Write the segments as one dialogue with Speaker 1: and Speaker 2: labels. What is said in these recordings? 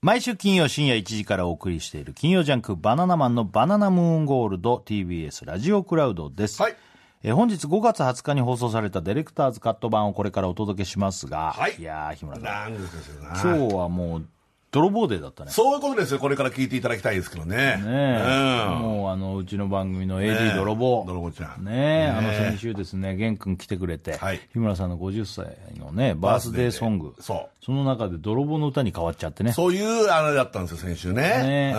Speaker 1: 毎週金曜深夜1時からお送りしている金曜ジャンクバナナマンのバナナムーンゴールド TBS ラジオクラウドです。
Speaker 2: はい
Speaker 1: えー本日5月20日に放送されたディレクターズカット版をこれからお届けしますが、
Speaker 2: はい
Speaker 1: やー、日村さん、
Speaker 2: なんですよな。
Speaker 1: 今日はもう泥棒デーだったね。
Speaker 2: そういうことですよ。これから聞いていただきたいですけどね。
Speaker 1: ね
Speaker 2: うん。
Speaker 1: もうあの、うちの番組の
Speaker 2: ねえ
Speaker 1: AD 泥棒。
Speaker 2: 泥棒ちゃん
Speaker 1: ねえ、あの先週ですね、玄君来てくれて、
Speaker 2: はい
Speaker 1: 日村さんの50歳のね、バースデーソング。。
Speaker 2: そう
Speaker 1: その中で泥棒の歌に変わっちゃってね。
Speaker 2: そういうあれだったんですよ、先週ね。
Speaker 1: ね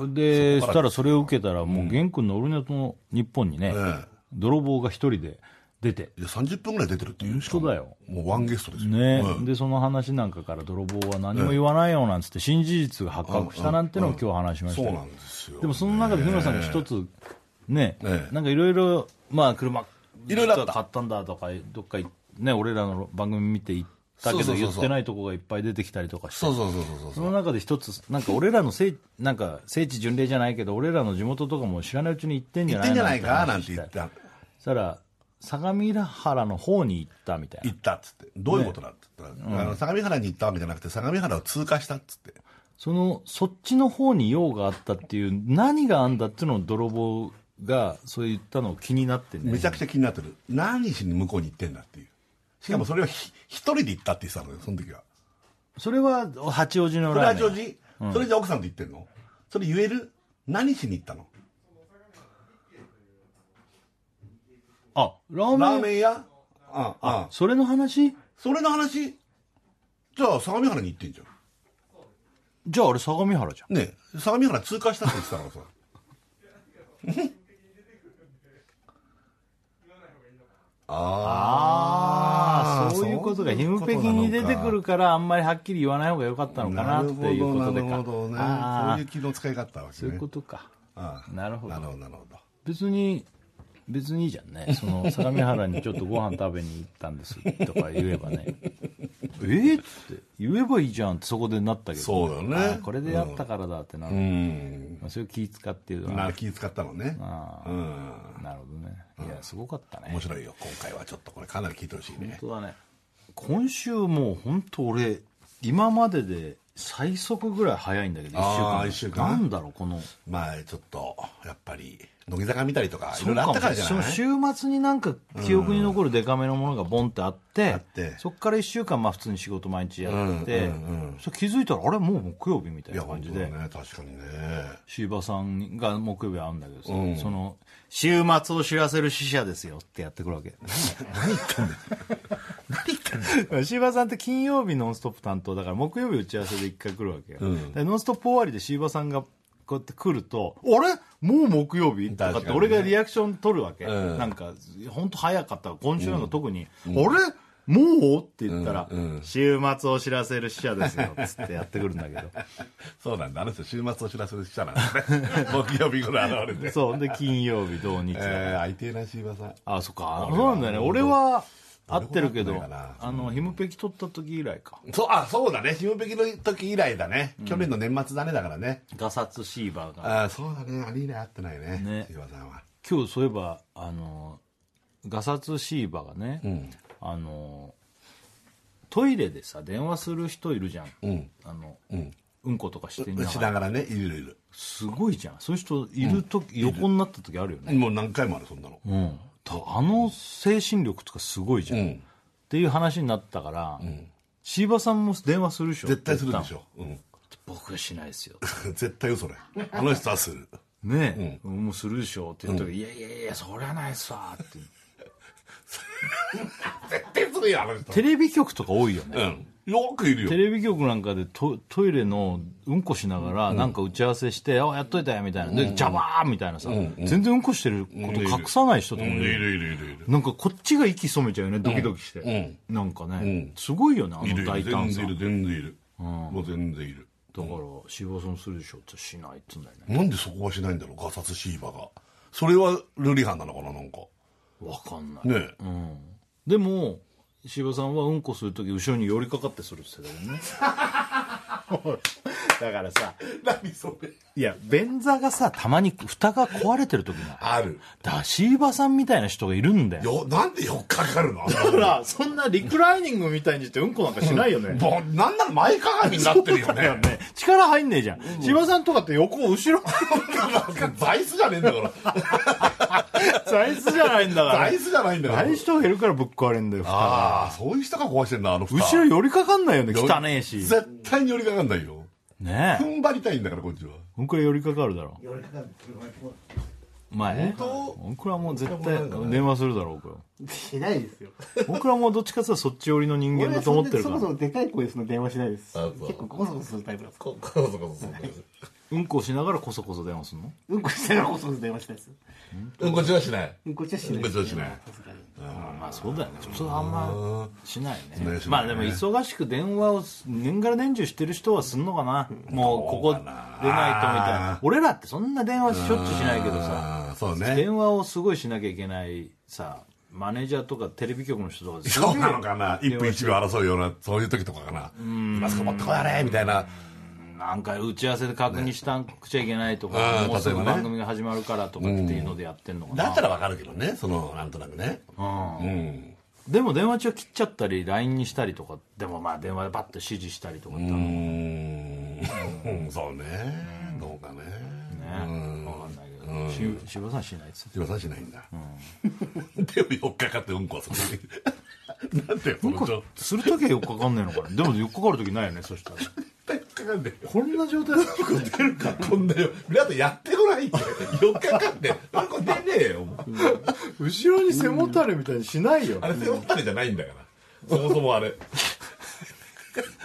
Speaker 2: うん。
Speaker 1: で、そしたらそれを受けたら、もう玄君のオルネトの日本にね、
Speaker 2: ん
Speaker 1: 泥棒が一人で出て。
Speaker 2: いや30分ぐらい出てるっていう
Speaker 1: 本当だよ。
Speaker 2: もうワンゲストですよ。
Speaker 1: ね
Speaker 2: うん
Speaker 1: で、その話なんかから泥棒は何も言わないよなんつって、新事実が発覚したなんてのを今日話しまし
Speaker 2: そ
Speaker 1: た
Speaker 2: う
Speaker 1: けど
Speaker 2: なんですよ。
Speaker 1: でもその中で日村さんが一つ、ね、
Speaker 2: ええ
Speaker 1: なんかいろいろ、まあ車、
Speaker 2: いろいろあった
Speaker 1: 買ったんだとか、どっかい、ね、俺らの番組見て行った
Speaker 2: そ
Speaker 1: けど、
Speaker 2: うそうそ
Speaker 1: 言
Speaker 2: う
Speaker 1: っ
Speaker 2: そう
Speaker 1: てないとこがいっぱい出てきたりとかして、
Speaker 2: そうそうそうそう
Speaker 1: そ
Speaker 2: そう。
Speaker 1: の中で一つ、なんか俺らの聖なんか聖地巡礼じゃないけど、俺らの地元とかも知らないうちに行ってんじ
Speaker 2: 行
Speaker 1: ゃ
Speaker 2: っ
Speaker 1: な
Speaker 2: て
Speaker 1: い
Speaker 2: んじゃないかなんて言
Speaker 1: 話し
Speaker 2: った。
Speaker 1: そしたら、相模原の方に行ったみたいな
Speaker 2: 行。ったっつって。どういうことだっつったら、あの、相模原に行ったわけじゃなくて、相模原を通過したっつって。
Speaker 1: その、そっちの方に用があったっていう、何があんだっていうのを泥棒が、そう言ったのを気になってね。
Speaker 2: めちゃくちゃ気になってる。何しに向こうに行ってんだっていう。しかもそれはひ一人で行ったって言ってたのよ、その時は。
Speaker 1: それは八王子の
Speaker 2: それ
Speaker 1: ラ
Speaker 2: は
Speaker 1: ーメン。
Speaker 2: ジョージ、それじゃ奥さんと言ってんのそれ言える何しに行ったの
Speaker 1: あ、ラーメン。
Speaker 2: ラーメン屋あああ
Speaker 1: それの話
Speaker 2: それの話じゃあ相模原に行ってんじゃ
Speaker 1: じゃああれ相模原じゃん。
Speaker 2: んねえ相模原通過したって言ってたからさあ
Speaker 1: あ
Speaker 2: ー
Speaker 1: そういうことが、ヒムペキに出てくるから、あんまりはっきり言わない方が良かったのかなっていうことでか。
Speaker 2: なるほどね
Speaker 1: あ
Speaker 2: そうい
Speaker 1: ー
Speaker 2: う気の使い方だわけ
Speaker 1: そういう
Speaker 2: ね
Speaker 1: ことか。
Speaker 2: ああ
Speaker 1: なるほど
Speaker 2: なるほどなるほど
Speaker 1: 別に、別にいいじゃん ね。その、相模原にちょっとご飯食べに行ったんですとか言 えばね。えー、って言えばいいじゃんってそこでなったけど、
Speaker 2: そうだよね
Speaker 1: あーこれでやったからだってな。
Speaker 2: うん
Speaker 1: まあ、それを気使っていうのは
Speaker 2: な気使ったのねうん
Speaker 1: なるほどね。いや、すごかったね。
Speaker 2: 面白いよ今回はちょっとこれかなり聞いてほしいね
Speaker 1: 本当だね今週もう本当俺今までで最速ぐらい早いんだけど
Speaker 2: あー
Speaker 1: 1週
Speaker 2: 一週
Speaker 1: 間
Speaker 2: 間
Speaker 1: なんだろうこの
Speaker 2: まあちょっとやっぱり乃木坂見たりとかいろいろあったからじゃ
Speaker 1: そ
Speaker 2: な
Speaker 1: の
Speaker 2: い
Speaker 1: 週末になんか記憶に残るデカめのものがボンってあって
Speaker 2: あって
Speaker 1: そっから1週間まあ普通に仕事毎日やって、
Speaker 2: うんうんうん
Speaker 1: そ気づいたらあれもう木曜日みたい
Speaker 2: いや
Speaker 1: な感
Speaker 2: 本
Speaker 1: じ
Speaker 2: 当
Speaker 1: で
Speaker 2: だね確かにね
Speaker 1: シーバさんが木曜日会うんだけどさ、
Speaker 2: うん
Speaker 1: その「週末を知らせる死者ですよ」ってやってくるわけ 何言ってんだよ何言ってんだよ シーバさんって金曜日「ノンストップ!」担当だから木曜日打ち合わせで一回来るわけよ、でノンストップ!」終わりでシーバさんがこうやって来ると「あれもう木曜日?」とかっ
Speaker 2: 確
Speaker 1: て
Speaker 2: かにね
Speaker 1: 俺がリアクション取るわけ、
Speaker 2: うん
Speaker 1: なんか本当早かった今週なんか特に「あれもう?」って言ったら「
Speaker 2: うんうん
Speaker 1: 週末を知らせる死者ですよ」っつってやってくるんだけど
Speaker 2: そうなんだあの人週末お知らせしたらね 木曜日頃現れて
Speaker 1: そう。で、金曜日、土日だから
Speaker 2: えー相手なしばさん
Speaker 1: あ、そっか。そうなんだよね。俺は、合ってるけ
Speaker 2: 俺
Speaker 1: ど
Speaker 2: は合ってないか、な
Speaker 1: あの、ヒムペキ取った時以来か。
Speaker 2: そうあそうだねひむべきの時以来だね去年の年末だねだからね
Speaker 1: ガサツシーバーが。
Speaker 2: あーそうだねあれ以来会ってないね
Speaker 1: ね
Speaker 2: しばさんは
Speaker 1: 今日そういえば、あの、ガサツシーバーがね、
Speaker 2: うん
Speaker 1: あの、トイレでさ、電話する人いるじゃん。
Speaker 2: うん
Speaker 1: あの、
Speaker 2: うん
Speaker 1: うんことかしてんじ
Speaker 2: し
Speaker 1: ゃ。
Speaker 2: なんがらねいるいる
Speaker 1: すごいじゃん。そういう人いるとき、横になった時あるよ
Speaker 2: い
Speaker 1: ね。
Speaker 2: るもう何回もあるそんなの
Speaker 1: うん。たあの精神力とかすごいじゃん。
Speaker 2: うん
Speaker 1: っていう話になったから、シーバーさんも電話するでしょ
Speaker 2: 絶対するでし
Speaker 1: ょ
Speaker 2: ょうん
Speaker 1: 僕はしないですよ
Speaker 2: 絶対嘘ねあの人はする
Speaker 1: ねえ、もうするでしょって言ったら、いやいやいやそりゃないっすわ」って
Speaker 2: 絶対するよあの人
Speaker 1: テレビ局とか多いよね
Speaker 2: うんよくいるよ
Speaker 1: テレビ局なんかでトトイレのうんこしながらなんか打ち合わせして「あやっといたよ」みたいな「でジャバー!」みたいなさ、全然うんこしてること隠さない人とかもい
Speaker 2: い
Speaker 1: るよね
Speaker 2: るいるいるいる
Speaker 1: なんかこっちが息染めちゃうよねドキドキして、なんかね、すごいよねあ
Speaker 2: いる
Speaker 1: の
Speaker 2: いる
Speaker 1: 大
Speaker 2: 全
Speaker 1: 胆さ
Speaker 2: 然いる
Speaker 1: だか
Speaker 2: 全然いる、もう全然いる
Speaker 1: らシーバーさんするでしょってしないっつうんだよね
Speaker 2: なんでそこはしないんだろうガサツシーバがそれはルリハンなのかななんか
Speaker 1: わかんない
Speaker 2: ねえ、
Speaker 1: でも柴さんはうんこするとき後ろに寄りかかってするって言ってたもんね だからさ、
Speaker 2: 何それ
Speaker 1: いや、便座がさ、たまに蓋が壊れてる時が
Speaker 2: ある
Speaker 1: だ、シーバさんみたいな人がいるんだよ。
Speaker 2: よなんでよっかかるの
Speaker 1: だから、そんなリクライニングみたいにしてうんこなんかしないよ ね。
Speaker 2: もうなんなら前かがみになってるよね
Speaker 1: ね力入んねえじゃん。シーバさんとかって横後 ろ、
Speaker 2: 座椅子じゃねえんだから
Speaker 1: 座椅子じゃないんだか
Speaker 2: 座
Speaker 1: ら。
Speaker 2: 椅子じゃないんだか
Speaker 1: ああ
Speaker 2: ら
Speaker 1: いう人がいるからぶっ壊れんだよ、蓋が
Speaker 2: ああそういう人が壊してんだあの蓋
Speaker 1: 後ろ寄りかかんないよね、汚ねえし。
Speaker 2: 絶対に寄りかかんないよ
Speaker 1: ねえ。
Speaker 2: 踏ん張りたいんだからこっちは
Speaker 1: こんくらい寄りかかるだろ。
Speaker 3: 俺かかる
Speaker 2: 本
Speaker 1: 前
Speaker 2: 当
Speaker 1: 僕らもう絶対
Speaker 2: 本当だ
Speaker 1: 電話するだろうこ
Speaker 3: しないですよ
Speaker 1: れ僕らもうどっちかっていうとそっち寄りの人間だと思ってるか
Speaker 3: 俺はそんなそもそ
Speaker 1: ら
Speaker 3: もでかい声でその電話しないです
Speaker 2: あ
Speaker 3: 結
Speaker 2: そう
Speaker 3: 構コソコソするタイプなんです
Speaker 2: ここ そこそ
Speaker 1: うんこしながらこそこそ電話すんの
Speaker 3: うんこしてからコソコソ電話しないです
Speaker 2: うんこっちはしない
Speaker 3: うんこっちはしないです
Speaker 2: うんこっちはしない
Speaker 3: さすがに
Speaker 1: まあそうだよね普通あんましない
Speaker 2: ない
Speaker 1: ね
Speaker 2: ですね
Speaker 1: まあでも忙しく電話を年がら年中してる人はすんのかなもうここ出ないとみたいな俺らってそんな電話しょっちゅうしないけどさ
Speaker 2: ああそうね
Speaker 1: 電話をすごいしなきゃいけないさマネージャーとかテレビ局の人とかです
Speaker 2: そうなのかな一分一秒争うようなそういう時とかかな今すぐ持ってこいやれみたいな
Speaker 1: なんか打ち合わせで確認したくちゃいけないとか、
Speaker 2: うん
Speaker 1: もうすぐ
Speaker 2: 例えばね
Speaker 1: 番組が始まるからとかっていうのでやってんのかな、
Speaker 2: だったらわかるけどねそのなんとなくねうん
Speaker 1: でも電話中切っちゃったり LINE にしたりとかでもまあ電話でパッと指示したりとかって
Speaker 2: う
Speaker 1: ある
Speaker 2: んそうねどうかね
Speaker 1: ね分かんないけど、し柴田さんしないです
Speaker 2: でもさしないんだ でもよっかかってうんこはそこに なんでその状
Speaker 1: するときはよっかかんないのかなでもよっかかるときないよねそしたら
Speaker 2: 態かかんで
Speaker 1: こんな状態だ
Speaker 2: うんこ出るか こんなよ皆さんやってこないってよっかかってうんこ出ねえよ
Speaker 1: 後ろに背もたれみたいにしないよ
Speaker 2: あれ背負ったれじゃないんだからそもそもあれ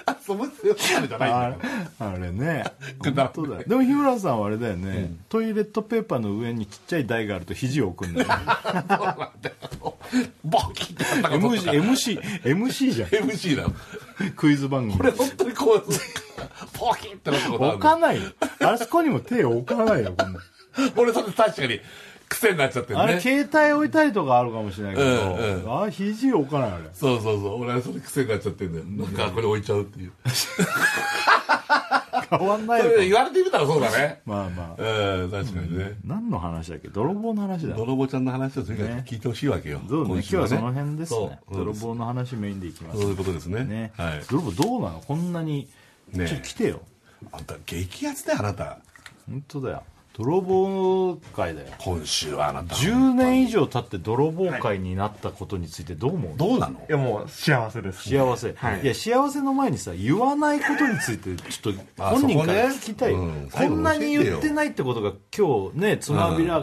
Speaker 2: あそもそも背負ったれじゃないんだ
Speaker 1: あ
Speaker 2: か
Speaker 1: れあれね
Speaker 2: く
Speaker 1: 本
Speaker 2: だらん
Speaker 1: 当だよでも日村さんはあれだよね、トイレットペーパーの上にちっちゃい台があると肘を置く んだよね
Speaker 2: らボキってやったこと とか
Speaker 1: MC, MC じゃん
Speaker 2: MC だ
Speaker 1: クイズ番組
Speaker 2: これ本当にこうボキってなったことある
Speaker 1: 置かないよあそこにも手を置かない よこんな
Speaker 2: 俺それ確かに癖になっちゃってる
Speaker 1: あ
Speaker 2: ね
Speaker 1: れ携帯置いたりとかあるかもしれないけど、
Speaker 2: うんう
Speaker 1: あ肘置かないあれ
Speaker 2: そうそうそう俺はそれ癖になっちゃってんだよなんかこれ置いちゃうっていう
Speaker 1: 変わんな
Speaker 2: そ
Speaker 1: い
Speaker 2: れ
Speaker 1: よ
Speaker 2: 言われてみたらそうだね
Speaker 1: まあまあ
Speaker 2: うん確かにね
Speaker 1: 何の話だっけ泥棒の話だ
Speaker 2: 泥棒ちゃんの話をとにかく聞いてほしいわけよ
Speaker 1: そうね今
Speaker 2: 今
Speaker 1: 日
Speaker 2: 週は
Speaker 1: は
Speaker 2: ね
Speaker 1: その辺ですね
Speaker 2: そう
Speaker 1: 泥棒の話メインでいきま
Speaker 2: そう
Speaker 1: す
Speaker 2: いうことですね
Speaker 1: ね、
Speaker 2: はい
Speaker 1: 泥棒どうなのこんなに、
Speaker 2: ねえ
Speaker 1: ちょっと来てよ
Speaker 2: あんた激アツだよあなた
Speaker 1: 本当だよ泥棒界だよ
Speaker 2: 今週はあなた
Speaker 1: 10年以上経って泥棒界になったことについてどう思うの
Speaker 2: どうなの
Speaker 3: いやもう幸せです
Speaker 1: 幸せ、い、や幸せの前にさ言わないことについてちょっと本人から聞きたいよ
Speaker 2: あ
Speaker 1: こ,、
Speaker 2: そこねうん
Speaker 1: んなに言ってないってことが今日ねつまびら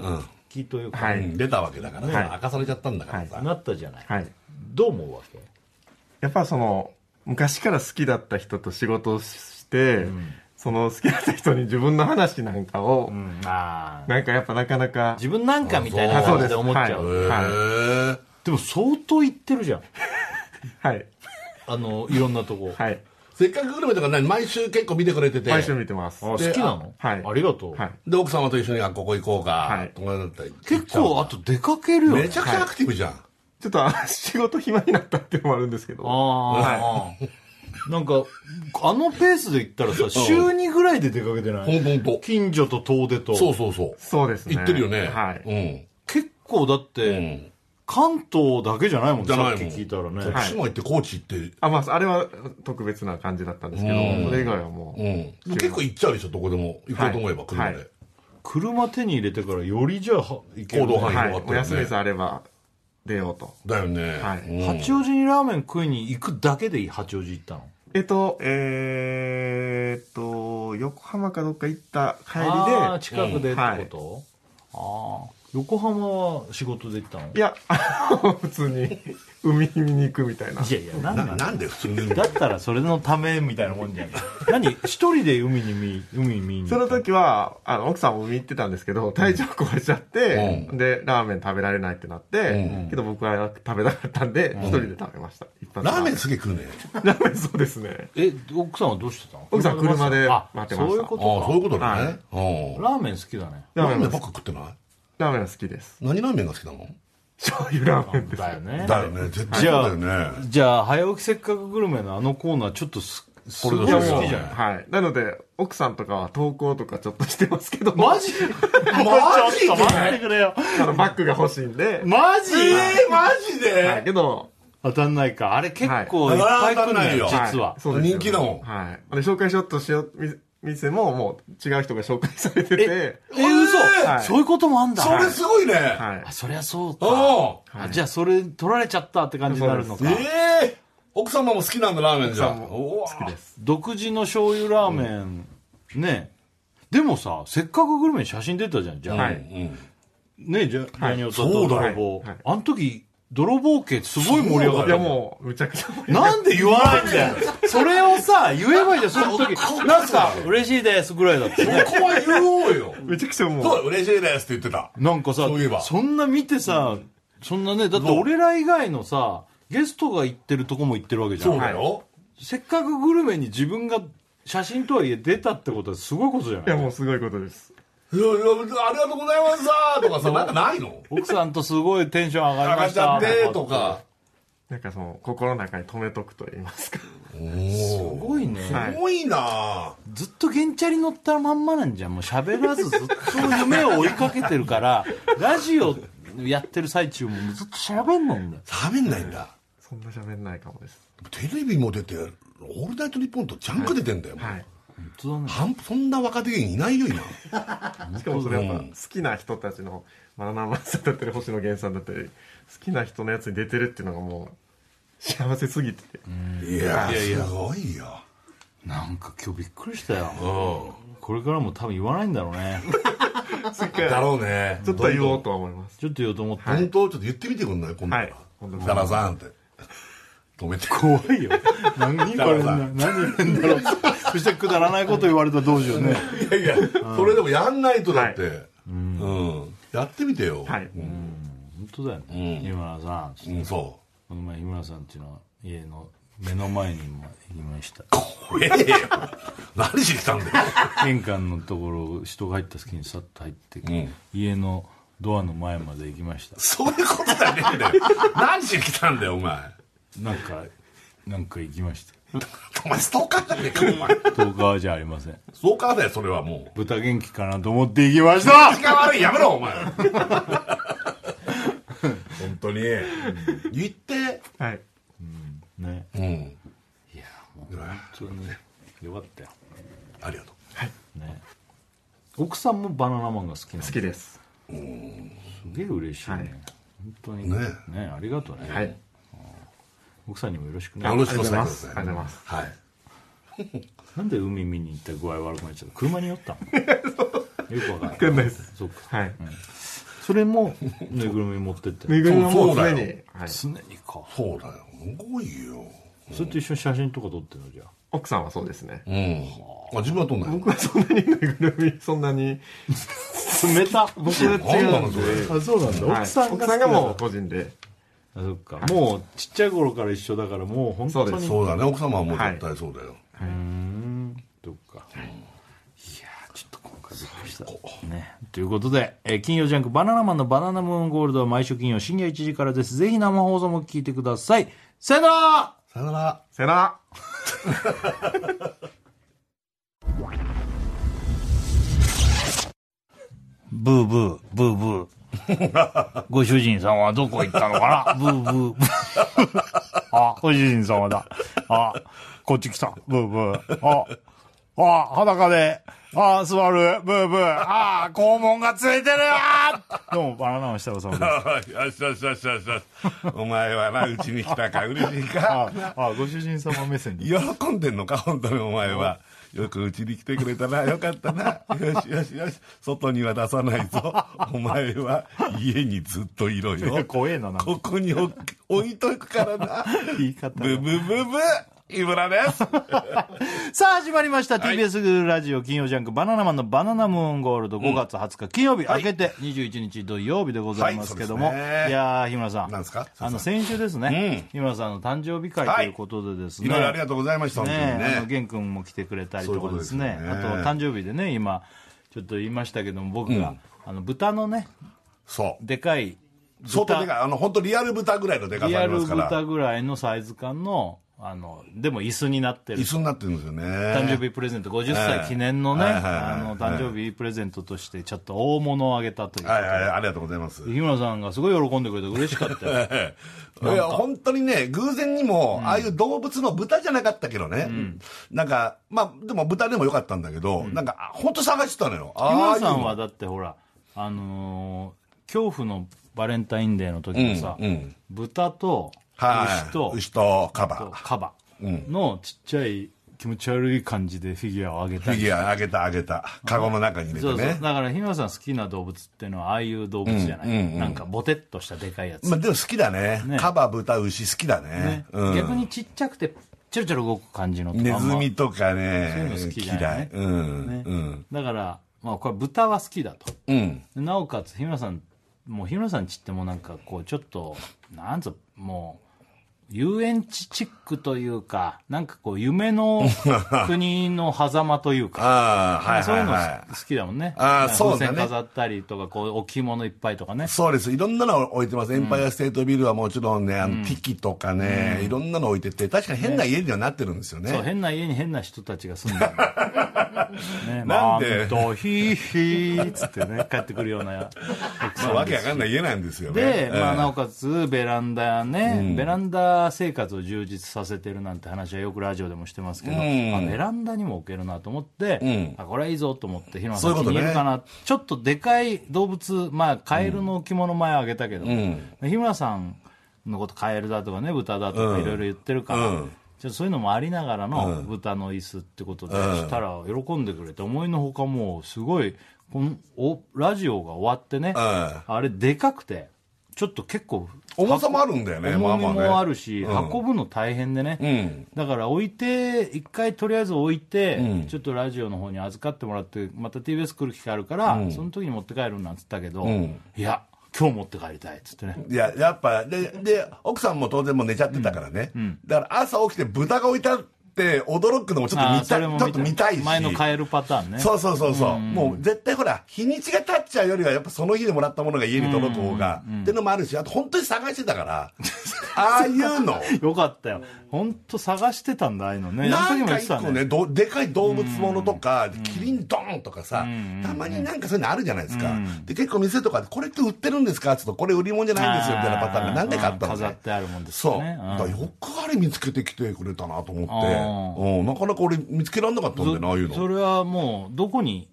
Speaker 1: きというか、
Speaker 3: は
Speaker 2: う
Speaker 3: い
Speaker 2: ん出たわけだからね
Speaker 3: はい
Speaker 2: 明かされちゃったんだからさ
Speaker 1: なったじゃない、
Speaker 3: はい
Speaker 1: どう思うわけ
Speaker 3: やっぱその昔から好きだった人と仕事をして、その好きだった人に自分の話なんかを、
Speaker 1: ああ
Speaker 3: なんかやっぱなかなか
Speaker 1: 自分なんかみたいな
Speaker 2: あそう
Speaker 1: 感じで思っちゃう
Speaker 3: そう
Speaker 1: で,、
Speaker 3: で
Speaker 2: へえ
Speaker 1: も相当言ってるじゃん
Speaker 3: はい
Speaker 1: あのいろんなとこ、
Speaker 3: はい
Speaker 2: せっかくグルメとか何毎週結構見てくれてて
Speaker 3: 毎週見てます
Speaker 1: あ好きなの
Speaker 3: あはい
Speaker 1: ありがとう、
Speaker 3: はい
Speaker 2: で奥様と一緒にあここ行こう
Speaker 3: は
Speaker 2: か
Speaker 3: い
Speaker 2: とかだったり
Speaker 1: 結構あと出かけるよね
Speaker 2: めちゃくちゃアクティブじゃん
Speaker 3: ちょっとあ仕事暇になったっていうのもあるんですけど
Speaker 1: ああ、なんかあのペースで言ったらさ週2ぐらいで出かけてな
Speaker 2: ほん
Speaker 1: い
Speaker 2: とほんと
Speaker 1: 近所と遠出と
Speaker 2: そうそうそう
Speaker 3: そうですね
Speaker 2: 言ってるよね
Speaker 3: はい、
Speaker 1: 結構だっ
Speaker 2: うんう
Speaker 1: て、
Speaker 2: ん
Speaker 1: 関東だけじゃないもん
Speaker 2: じゃない
Speaker 1: さ
Speaker 2: も
Speaker 1: っ
Speaker 2: ん
Speaker 1: き聞いたらね、
Speaker 2: 徳島行って高知行って
Speaker 3: あまああれは特別な感じだったんですけど、
Speaker 2: うん
Speaker 3: それ以外はもう、
Speaker 2: うん結構行っちゃうでしょどこでも行こうと思えば
Speaker 3: は
Speaker 2: 車
Speaker 3: いは
Speaker 2: で
Speaker 3: い
Speaker 1: 車手に入れてからよりじゃあは行ける
Speaker 2: 行動範囲
Speaker 3: はい
Speaker 2: よかったよね
Speaker 3: お休みさえあれば出ようと
Speaker 2: だよね
Speaker 3: はい
Speaker 2: うん
Speaker 1: 八王子にラーメン食いに行くだけでいい八王子行ったの
Speaker 3: えっとえーっと横浜かどっか行った帰りで
Speaker 1: あー近くでってこと、ああ横浜は仕事で行ったの
Speaker 3: いや、 あの普通に海見に行くみたいな。
Speaker 1: いやいやなんな
Speaker 2: な
Speaker 1: の
Speaker 2: なんで 普通に
Speaker 1: だったらそれのためみたいなもんじ ゃん何一人で海に見海見に
Speaker 3: そ
Speaker 1: 行
Speaker 3: の
Speaker 1: ったの
Speaker 3: 時は、あの、奥さんも海行ってたんですけど、体調壊れちゃって、で、ラーメン食べられないってなって、けど僕は食べなかったんで、一人で食べました。一発
Speaker 2: ラーメンすげえ食うね
Speaker 3: ラーメンそうですね。
Speaker 1: え奥さんはどうしてたの
Speaker 3: 奥さん車で
Speaker 1: あ
Speaker 3: 待ってました
Speaker 1: そういうこ
Speaker 2: ああそうい
Speaker 1: と
Speaker 2: うことだねうん
Speaker 1: かラーメン好きだね
Speaker 3: ラ
Speaker 2: ラ
Speaker 3: ー
Speaker 2: ー
Speaker 3: メ
Speaker 2: メ
Speaker 3: ン
Speaker 2: ンばっ
Speaker 3: は、
Speaker 2: か食ってない
Speaker 3: ラーメンは好きです。
Speaker 2: 何ラーメンが好きなの
Speaker 3: 醤油ラーメンです。
Speaker 1: だよね
Speaker 2: だよね絶対
Speaker 1: じ
Speaker 2: そ
Speaker 1: ゃあ
Speaker 2: うだよね
Speaker 1: じゃあ、早起きせっかくグルメのあのコーナー、ちょっとす
Speaker 2: これ
Speaker 1: ご
Speaker 2: だけ
Speaker 1: い好
Speaker 2: ですよ
Speaker 1: きじゃん
Speaker 3: はい。なので、奥さんとかは投稿とかちょっとしてますけど、
Speaker 1: マジマジちょっと待ってくれよ。
Speaker 3: あのバッグが欲しいんで、
Speaker 1: マジ、
Speaker 2: えー、マジ
Speaker 3: はい、
Speaker 2: で
Speaker 3: けど、
Speaker 1: 当たんないか。あれ結構いっぱい来るのよ、
Speaker 2: はい
Speaker 1: 実は。
Speaker 3: いそうです
Speaker 2: 人
Speaker 3: よ
Speaker 2: 気だもん
Speaker 3: はい。で、紹介しようとしよう、み店ももう違う人が紹介されてて、
Speaker 1: えー、嘘、
Speaker 3: はい
Speaker 1: そういうこともあんだ。
Speaker 2: それすごいね。
Speaker 3: はい
Speaker 1: あ。そりゃそうか、
Speaker 2: お
Speaker 1: あじゃあそれ取られちゃったって感じになるのか
Speaker 2: え。えー、奥様も好きなんだ、ラーメンじゃ。
Speaker 3: 奥様
Speaker 2: 好
Speaker 3: 好きです。
Speaker 1: 独自の醤油ラーメン、ねでもさせっかくグルメ写真出たじゃんじゃあ、
Speaker 3: はい
Speaker 2: うん
Speaker 1: ねじゃジャニオタ
Speaker 2: そう
Speaker 1: と
Speaker 2: だ
Speaker 1: 泥棒、
Speaker 3: はいはい
Speaker 1: あの時泥棒系すごい盛り上がっ
Speaker 3: い
Speaker 1: た
Speaker 3: や
Speaker 1: よ
Speaker 3: もう、むちゃくちゃ。
Speaker 1: なんで言わないんだよそれをさ言えばいいじゃんその時なんか嬉しいですぐらいだったよね
Speaker 2: ここは言おうよ。
Speaker 3: めちゃくちゃ もう。
Speaker 2: そう、嬉しいですって言ってた。
Speaker 1: なんかさ
Speaker 2: そういえば
Speaker 1: そんな見てさ、そんなねだって俺ら以外のさゲストが行ってるとこも行ってるわけじゃ
Speaker 2: そうんだよ。
Speaker 1: せっかくグルメに自分が写真とはいえ出たってことはすごいことじゃない
Speaker 3: いや、もうすごいことです。
Speaker 2: いやいや、ありがとうございますとかさ、なんかないの
Speaker 1: 奥さんとすごいテンション上がりま
Speaker 2: 探
Speaker 1: し
Speaker 2: しちゃ
Speaker 1: た
Speaker 2: ってとか。
Speaker 3: なんかその、心の中に留めとくと言いますか。
Speaker 1: すごいね、
Speaker 3: はい
Speaker 2: 多いな
Speaker 1: ずっとゲンチャリ乗ったまんまなんじゃんもう喋らずずっと夢を追いかけてるからラジオやってる最中もずっと喋んないんだよ
Speaker 2: 喋んないんだ。
Speaker 3: そんな喋んないかもです。
Speaker 2: テレビも出て、オールナイトニッポンとジャンク出てんだよ。もう
Speaker 3: はい。
Speaker 1: 本当だね
Speaker 2: 半そんな若手芸人いないよ、今。
Speaker 3: しかもそれやっぱ
Speaker 2: う
Speaker 3: 好
Speaker 2: ん
Speaker 3: きな人たちのマナマンさんだったり星野源さんだったり好きな人のやつに出てるっていうのがもう幸せすぎてて
Speaker 2: いや
Speaker 1: いやいや
Speaker 2: すごいよ。
Speaker 1: なんか今日びっくりしたよこれからも多分言わないんだろう ね
Speaker 3: 次か
Speaker 2: だ
Speaker 3: ら
Speaker 2: ろうね。
Speaker 3: ちょっとは言おうとは思います
Speaker 1: ちょっと言おうと思って、
Speaker 2: 本当ちょっと言ってみてくんない今度
Speaker 3: はい今度
Speaker 2: は。ダラさんって。止めて。
Speaker 1: 怖いよ何これ
Speaker 2: だから
Speaker 1: 何言うんだろうそしてくだらないこと言われたらどうしようね
Speaker 2: いやいや、 それでもやんないとだって。うん。やってみてよ。
Speaker 3: はい
Speaker 1: 本当だよね、
Speaker 2: うん
Speaker 1: 日村さん
Speaker 2: うん、そ
Speaker 1: この前日村さんちの家の目の前にも行きました
Speaker 2: う。怖えよ。何しに来たんだよ。
Speaker 1: 玄関のところ人が入った隙にさっと入って、
Speaker 2: ん
Speaker 1: 家のドアの前まで行きました
Speaker 2: そういうことだねえんだよ。何しに来たんだよ、お前。
Speaker 1: なんかなんか行きました
Speaker 2: お前、ストーカーじゃねえか、お前。
Speaker 1: 10日はじゃありません
Speaker 2: ストーカーだよ、それはもう。
Speaker 1: 豚元気かなと思って行きました
Speaker 2: 気が悪い、やめろ、お前。本当に。言って。
Speaker 3: はい
Speaker 1: ね
Speaker 2: うん。
Speaker 1: いやもう本当によかったよ
Speaker 2: ありがとう。
Speaker 1: ね奥さんもバナナマンが好きなの
Speaker 3: 好
Speaker 1: す
Speaker 3: きです
Speaker 1: げえ嬉しいね、
Speaker 3: はい
Speaker 1: 本当にね
Speaker 2: ね
Speaker 1: ありがとうね、
Speaker 3: はい
Speaker 1: 奥さんにもよろしくね
Speaker 2: よろしくお
Speaker 3: あり
Speaker 2: 伝えくだ
Speaker 3: がとうございます
Speaker 2: さい。
Speaker 3: ありがとうございます
Speaker 2: はい。
Speaker 1: なんで海見に行ったら具合悪くなっちゃ った車に酔ったのよくわかんない
Speaker 3: わかんないです
Speaker 1: そっか
Speaker 3: はい
Speaker 1: それ もぬいぐるみ持ってって
Speaker 3: ぬいぐるみはも
Speaker 2: そ
Speaker 3: う常に
Speaker 2: うだ
Speaker 3: はい
Speaker 1: 常にか
Speaker 2: そうだよ。すごいよ。
Speaker 1: それと一緒に写真とか撮ってるのじゃあ
Speaker 3: 奥さんはそうですね
Speaker 2: うん。あ、自分はどんなの
Speaker 3: 僕は そんなにぬいぐるみそ んなに
Speaker 1: 冷た僕
Speaker 3: 僕は違
Speaker 2: な
Speaker 3: うん
Speaker 2: のそ
Speaker 3: で
Speaker 2: れ
Speaker 1: あそうなんだ、
Speaker 3: はい
Speaker 1: 奥さんが
Speaker 3: 奥さんがもう個人で
Speaker 1: うあそっか、もうちっちゃい頃から一緒だからもう本当
Speaker 3: そう
Speaker 1: に
Speaker 3: です
Speaker 2: そうだね。奥様はもう絶対そうだよ。
Speaker 1: うんどっか、いやーちょっと今回びっくりしたねということで、えー金曜ジャンク「バナナマンのバナナムーンゴールド」は毎週金曜深夜1時からですぜひ生放送も聞いてくださいさよなら
Speaker 2: さよなら。
Speaker 3: さよなら
Speaker 4: ブーブー、ブーブ ー。ご主人さんはどこ行ったのか なブーブーブー。あ、ご主人様だ。あ、こっち来た。ブーブー。あ、あ、裸で。あ、座る。ブーブー。あ、肛門がついてる。あどうも、バナナの設楽さん です。
Speaker 2: よしよしよしよしよし。お前はな、うちに来たか、嬉しいか。
Speaker 4: あ、あご主人様目線に。
Speaker 2: 喜んでんのか、本当にお前は。よくうちに来てくれたな、よかったな。よしよしよし。外には出さないぞ。お前は家にずっといろよ。
Speaker 4: 怖えな、なんか。
Speaker 2: ここに置く置いとくからな。
Speaker 4: 言い方が
Speaker 2: ブブブブ井村です。
Speaker 4: さあ、始まりました。TBS ラジオ金曜ジャンク、バナナマンのバナナムーンゴールド、5月20日金曜日、明けて21日土曜日でございますけども。
Speaker 2: はいそうですね
Speaker 4: いやー、日村さん。
Speaker 2: なんですか
Speaker 4: あの、先週ですね、日村さんの誕生日会ということでですね。
Speaker 2: いろいろありがとうございました、本当に
Speaker 4: ねあの、
Speaker 2: ね。
Speaker 4: 玄君も来てくれたりとかですね。
Speaker 2: そういう
Speaker 4: あ
Speaker 2: ことです
Speaker 4: と
Speaker 2: よね、
Speaker 4: 誕生日でね、今、ちょっと言いましたけども、僕が、あの、豚のね、
Speaker 2: そう。
Speaker 4: でかい、
Speaker 2: 相当でかい。あの、本当リアル豚ぐらいのでか
Speaker 4: リ
Speaker 2: さあ
Speaker 4: ア
Speaker 2: りま
Speaker 4: ル
Speaker 2: すから。
Speaker 4: 豚ぐらいのサイズ感の
Speaker 1: あのでも椅子になってる
Speaker 2: 椅子になってるんですよね。
Speaker 1: 誕生日プレゼント50歳記念のね、
Speaker 2: はいはいはいはい
Speaker 1: あの誕生日プレゼントとしてちょっと大物をあげたという、
Speaker 2: はいはい、ありがとうございます。
Speaker 1: 日村さんがすごい喜んでくれて嬉しかった よ
Speaker 2: いや、本当にね、偶然にも、ああいう動物の豚じゃなかったけどね。なんか、まあ、でも豚でもよかったんだけど、なんか、本当探してたのよ。
Speaker 1: 日
Speaker 2: ああ
Speaker 1: 村
Speaker 2: いう
Speaker 1: さ
Speaker 2: の
Speaker 1: んはだってほらあのー恐怖のバレンタインデーの時もさ、
Speaker 2: うんうん
Speaker 1: 豚と
Speaker 2: はい
Speaker 1: 牛と
Speaker 2: 牛とカバ
Speaker 1: カバのちっちゃい気持ち悪い感じでフィギュアをあげ
Speaker 2: フ
Speaker 1: た
Speaker 2: ィ
Speaker 1: り
Speaker 2: ギュアあげたあげた。カゴの中に入れて
Speaker 1: そうそう
Speaker 2: ね。
Speaker 1: だから日村さん好きな動物っていうのはああいう動物じゃない、なんかボテっとしたでかいやつ、
Speaker 2: まあ、でも好きだね。
Speaker 1: ね
Speaker 2: カバ、豚、牛好きだね。
Speaker 1: ね
Speaker 2: うん
Speaker 1: 逆にちっちゃくてチョロチョロ動く感じのとか
Speaker 2: ネ
Speaker 1: あん
Speaker 2: ズ
Speaker 1: ま
Speaker 2: ミとか
Speaker 1: そういう
Speaker 2: ね
Speaker 1: の好、きじゃな
Speaker 2: 嫌
Speaker 1: い
Speaker 2: い。うん。
Speaker 1: ね
Speaker 2: うん。
Speaker 1: だから、まあ、これ豚は好きだと
Speaker 2: うん。
Speaker 1: なおかつ日村さんもう日村さんちってもうなんかこうちょっとなんつうもう遊園地チックというかなんかこう 夢の国の狭間というか
Speaker 2: ああ、はい
Speaker 1: そう
Speaker 2: はいいう
Speaker 1: の
Speaker 2: は
Speaker 1: 好きだもんね
Speaker 2: あーそうだね
Speaker 1: 風船飾ったりとかこう置物いっぱいとかね
Speaker 2: い。そうです。いろんなの置いてます。エンパイアステートビルはもちろんね、あの、ティキとかね、いろんなの置いてて、確かに変な家にはなってるんですよ
Speaker 1: そう
Speaker 2: ね。
Speaker 1: 変な家に変な人たちが住んで るね
Speaker 2: なんで
Speaker 1: マントヒーヒーっつってね帰ってくるような奥
Speaker 2: ま
Speaker 1: さ
Speaker 2: あ、
Speaker 1: ん
Speaker 2: わ
Speaker 1: で
Speaker 2: け
Speaker 1: す
Speaker 2: わかんない家なんですよね。
Speaker 1: で、まあ、な
Speaker 2: あ、
Speaker 1: おかつベランダね、ベランダ生活を充実させてるなんて話はよくラジオでもしてますけど、
Speaker 2: うん
Speaker 1: あベランダにも置けるなと思って、
Speaker 2: ん
Speaker 1: あこれはいいぞと思って広
Speaker 2: そうい
Speaker 1: 間
Speaker 2: うこ
Speaker 1: さん
Speaker 2: と
Speaker 1: に
Speaker 2: ね
Speaker 1: いるかな、ちょっとでかい動物、まあ、カエルの置物前あげたけど、日村さんのことカエルだとかね豚だとかいろいろ言ってるから、
Speaker 2: うん
Speaker 1: ちょっとそういうのもありながらの豚の椅子ってことでしたら喜んでくれて思いのほかもうすごいこのおラジオが終わってね、
Speaker 2: うん
Speaker 1: あれでかくてちょっと結構
Speaker 2: 重さもあるんだよね、ま
Speaker 1: 重
Speaker 2: あ
Speaker 1: み
Speaker 2: まあね。
Speaker 1: もあるし、
Speaker 2: うん
Speaker 1: 運ぶの大変でね、
Speaker 2: うん。
Speaker 1: だから置いて一回とりあえず置いて、
Speaker 2: うん
Speaker 1: ちょっとラジオの方に預かってもらってまた TBS 来る機会あるから、その時に持って帰るなんつったけど、
Speaker 2: ん
Speaker 1: いや今日持って帰りたいっつってね
Speaker 2: いや、やっぱ、で、で、奥さんも当然もう寝ちゃってたからね。だから朝起きて豚が置いたって驚くのもちょっと
Speaker 1: あー
Speaker 2: 見たい、
Speaker 1: そ
Speaker 2: ち
Speaker 1: れ
Speaker 2: ょ
Speaker 1: も
Speaker 2: っと見たいし。
Speaker 1: 前のカエルパターンね
Speaker 2: そうそうそうそう。もう絶対ほら、日にちが経っちゃうよりは、やっぱその日でもらったものが家に届く方が、ってのもあるし、あと本当に探してた から、ああいうの。
Speaker 1: よかったよ本当探してたんだああいうのね
Speaker 2: な
Speaker 1: あの
Speaker 2: ん
Speaker 1: 時も言
Speaker 2: か
Speaker 1: って
Speaker 2: 一
Speaker 1: た
Speaker 2: 個ね、どでかい動物ものとか、キリンドーンとかさ、たまになんかそういうのあるじゃないですか。で、結構店とかで、これって売ってるんですかって言うと、これ売り物じゃないんですよ、みたいなパターンが何で買ったのね
Speaker 1: 飾ってあるもんです
Speaker 2: そう。
Speaker 1: よね
Speaker 2: だ
Speaker 1: うん
Speaker 2: からよくあれ見つけてきてくれたなと思っ
Speaker 1: あ
Speaker 2: て、うん、なかなか俺見つけられなかったんだよな、ああいうの。
Speaker 1: それはもうどこに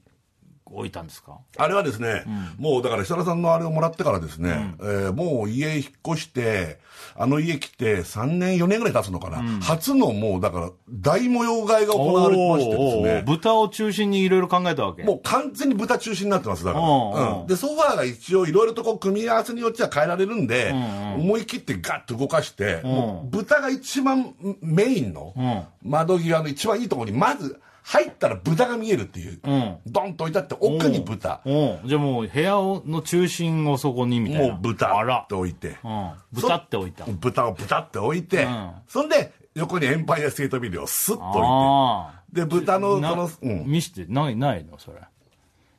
Speaker 1: 置いたんですか
Speaker 2: あれはですね、もうだから設楽さんのあれをもらってからですね、えーもう家引っ越して、あの家来て3年、4年ぐらい経つのかな、初のもうだから大模様替えが行われましてです
Speaker 1: おーおーおー
Speaker 2: ね、
Speaker 1: 豚を中心にいろいろ考えたわけ
Speaker 2: もう完全に豚中心になってます、だから。
Speaker 1: おうおう
Speaker 2: うんで、ソファーが一応いろいろとこう組み合わせによっちゃ変えられるんで、思い切ってガッと動かして、もう豚が一番メインの窓際の一番いいところに、まず入ったら豚が見えるっていう。
Speaker 1: ん
Speaker 2: ドンと置いてあって、奥に豚。
Speaker 1: おうじゃあもう部屋をの中心をそこにみたい
Speaker 2: も
Speaker 1: な
Speaker 2: う豚
Speaker 1: あら
Speaker 2: っ、て置いて、
Speaker 1: うん、豚って置いた
Speaker 2: 豚を豚って置いて、
Speaker 1: ん
Speaker 2: そんで、横にエンパイアステートビルをスッと置
Speaker 1: あ
Speaker 2: いて、で、豚の、
Speaker 1: あ
Speaker 2: その、うん。
Speaker 1: 見してないないのそれ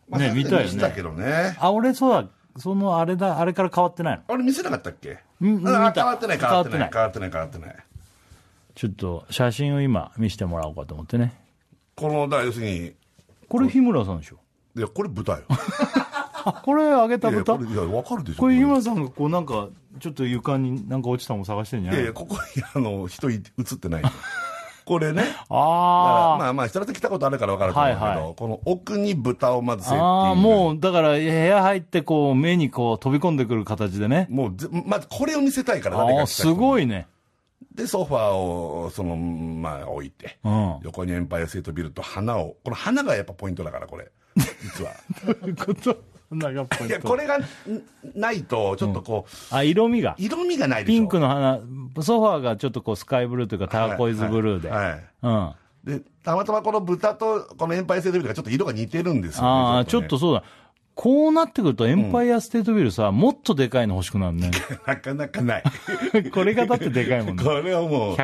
Speaker 2: まあ
Speaker 1: ね見たいよね
Speaker 2: 見せたけどね。
Speaker 1: あ俺そうだそのあれだあれから変わってないの
Speaker 2: あれ見せなかったっけ
Speaker 1: ん
Speaker 2: あ
Speaker 1: 見た
Speaker 2: 変わってない、変わってない、
Speaker 1: 変
Speaker 2: 変わってない、変わってない。
Speaker 1: ちょっと写真を今見せてもらおうかと思ってね
Speaker 2: この、だから要するに、
Speaker 1: これ日村さんでしょ
Speaker 2: いや、これ豚よ。
Speaker 1: あこれあげた
Speaker 2: いや、
Speaker 1: 豚
Speaker 2: これ、いや、わかるでしょ。
Speaker 1: これ日村さんがこうなんかちょっと床になんか落ちたのを探してんじゃ
Speaker 2: い
Speaker 1: な
Speaker 2: や
Speaker 1: い
Speaker 2: い
Speaker 1: の
Speaker 2: や、ここに、 あの、人い映ってない。これね。だか
Speaker 1: あ
Speaker 2: らまあまあ、設楽さん来たことあるからわかると思うけど、
Speaker 1: はいは
Speaker 2: この奥に豚をまず
Speaker 1: あ
Speaker 2: セッティング。
Speaker 1: ああもうだから部屋入ってこう目にこう飛び込んでくる形でね
Speaker 2: もうぜ、まずこれを見せたいから、誰
Speaker 1: あ
Speaker 2: か
Speaker 1: あ
Speaker 2: 来た
Speaker 1: す
Speaker 2: 人に
Speaker 1: ごいね
Speaker 2: で、ソファーを、その、まあ、置いて、
Speaker 1: うん
Speaker 2: 横にエンパイアステートビルと花を、この花がやっぱポイントだから、これ。実 は。
Speaker 1: ということ長っぽい
Speaker 2: いや、これがんないと、ちょっとこ
Speaker 1: あ色味が
Speaker 2: う、色味がないでしょ。
Speaker 1: ピンクの花ソファーがちょっとこうスカイブルーというかターコイズブルーで、
Speaker 2: はいはいはい
Speaker 1: うん
Speaker 2: で、たまたまこの豚とこのエンパイアステートビルがちょっと色が似てるんですよ、ね。
Speaker 1: ああ、ちょっ
Speaker 2: ね
Speaker 1: とそうだ。こうなってくると、エンパイアステートビルさ、もっとでかいの欲しくなるね。
Speaker 2: なかなか ない。
Speaker 1: これがだってでかいもん ね。
Speaker 2: これはもう、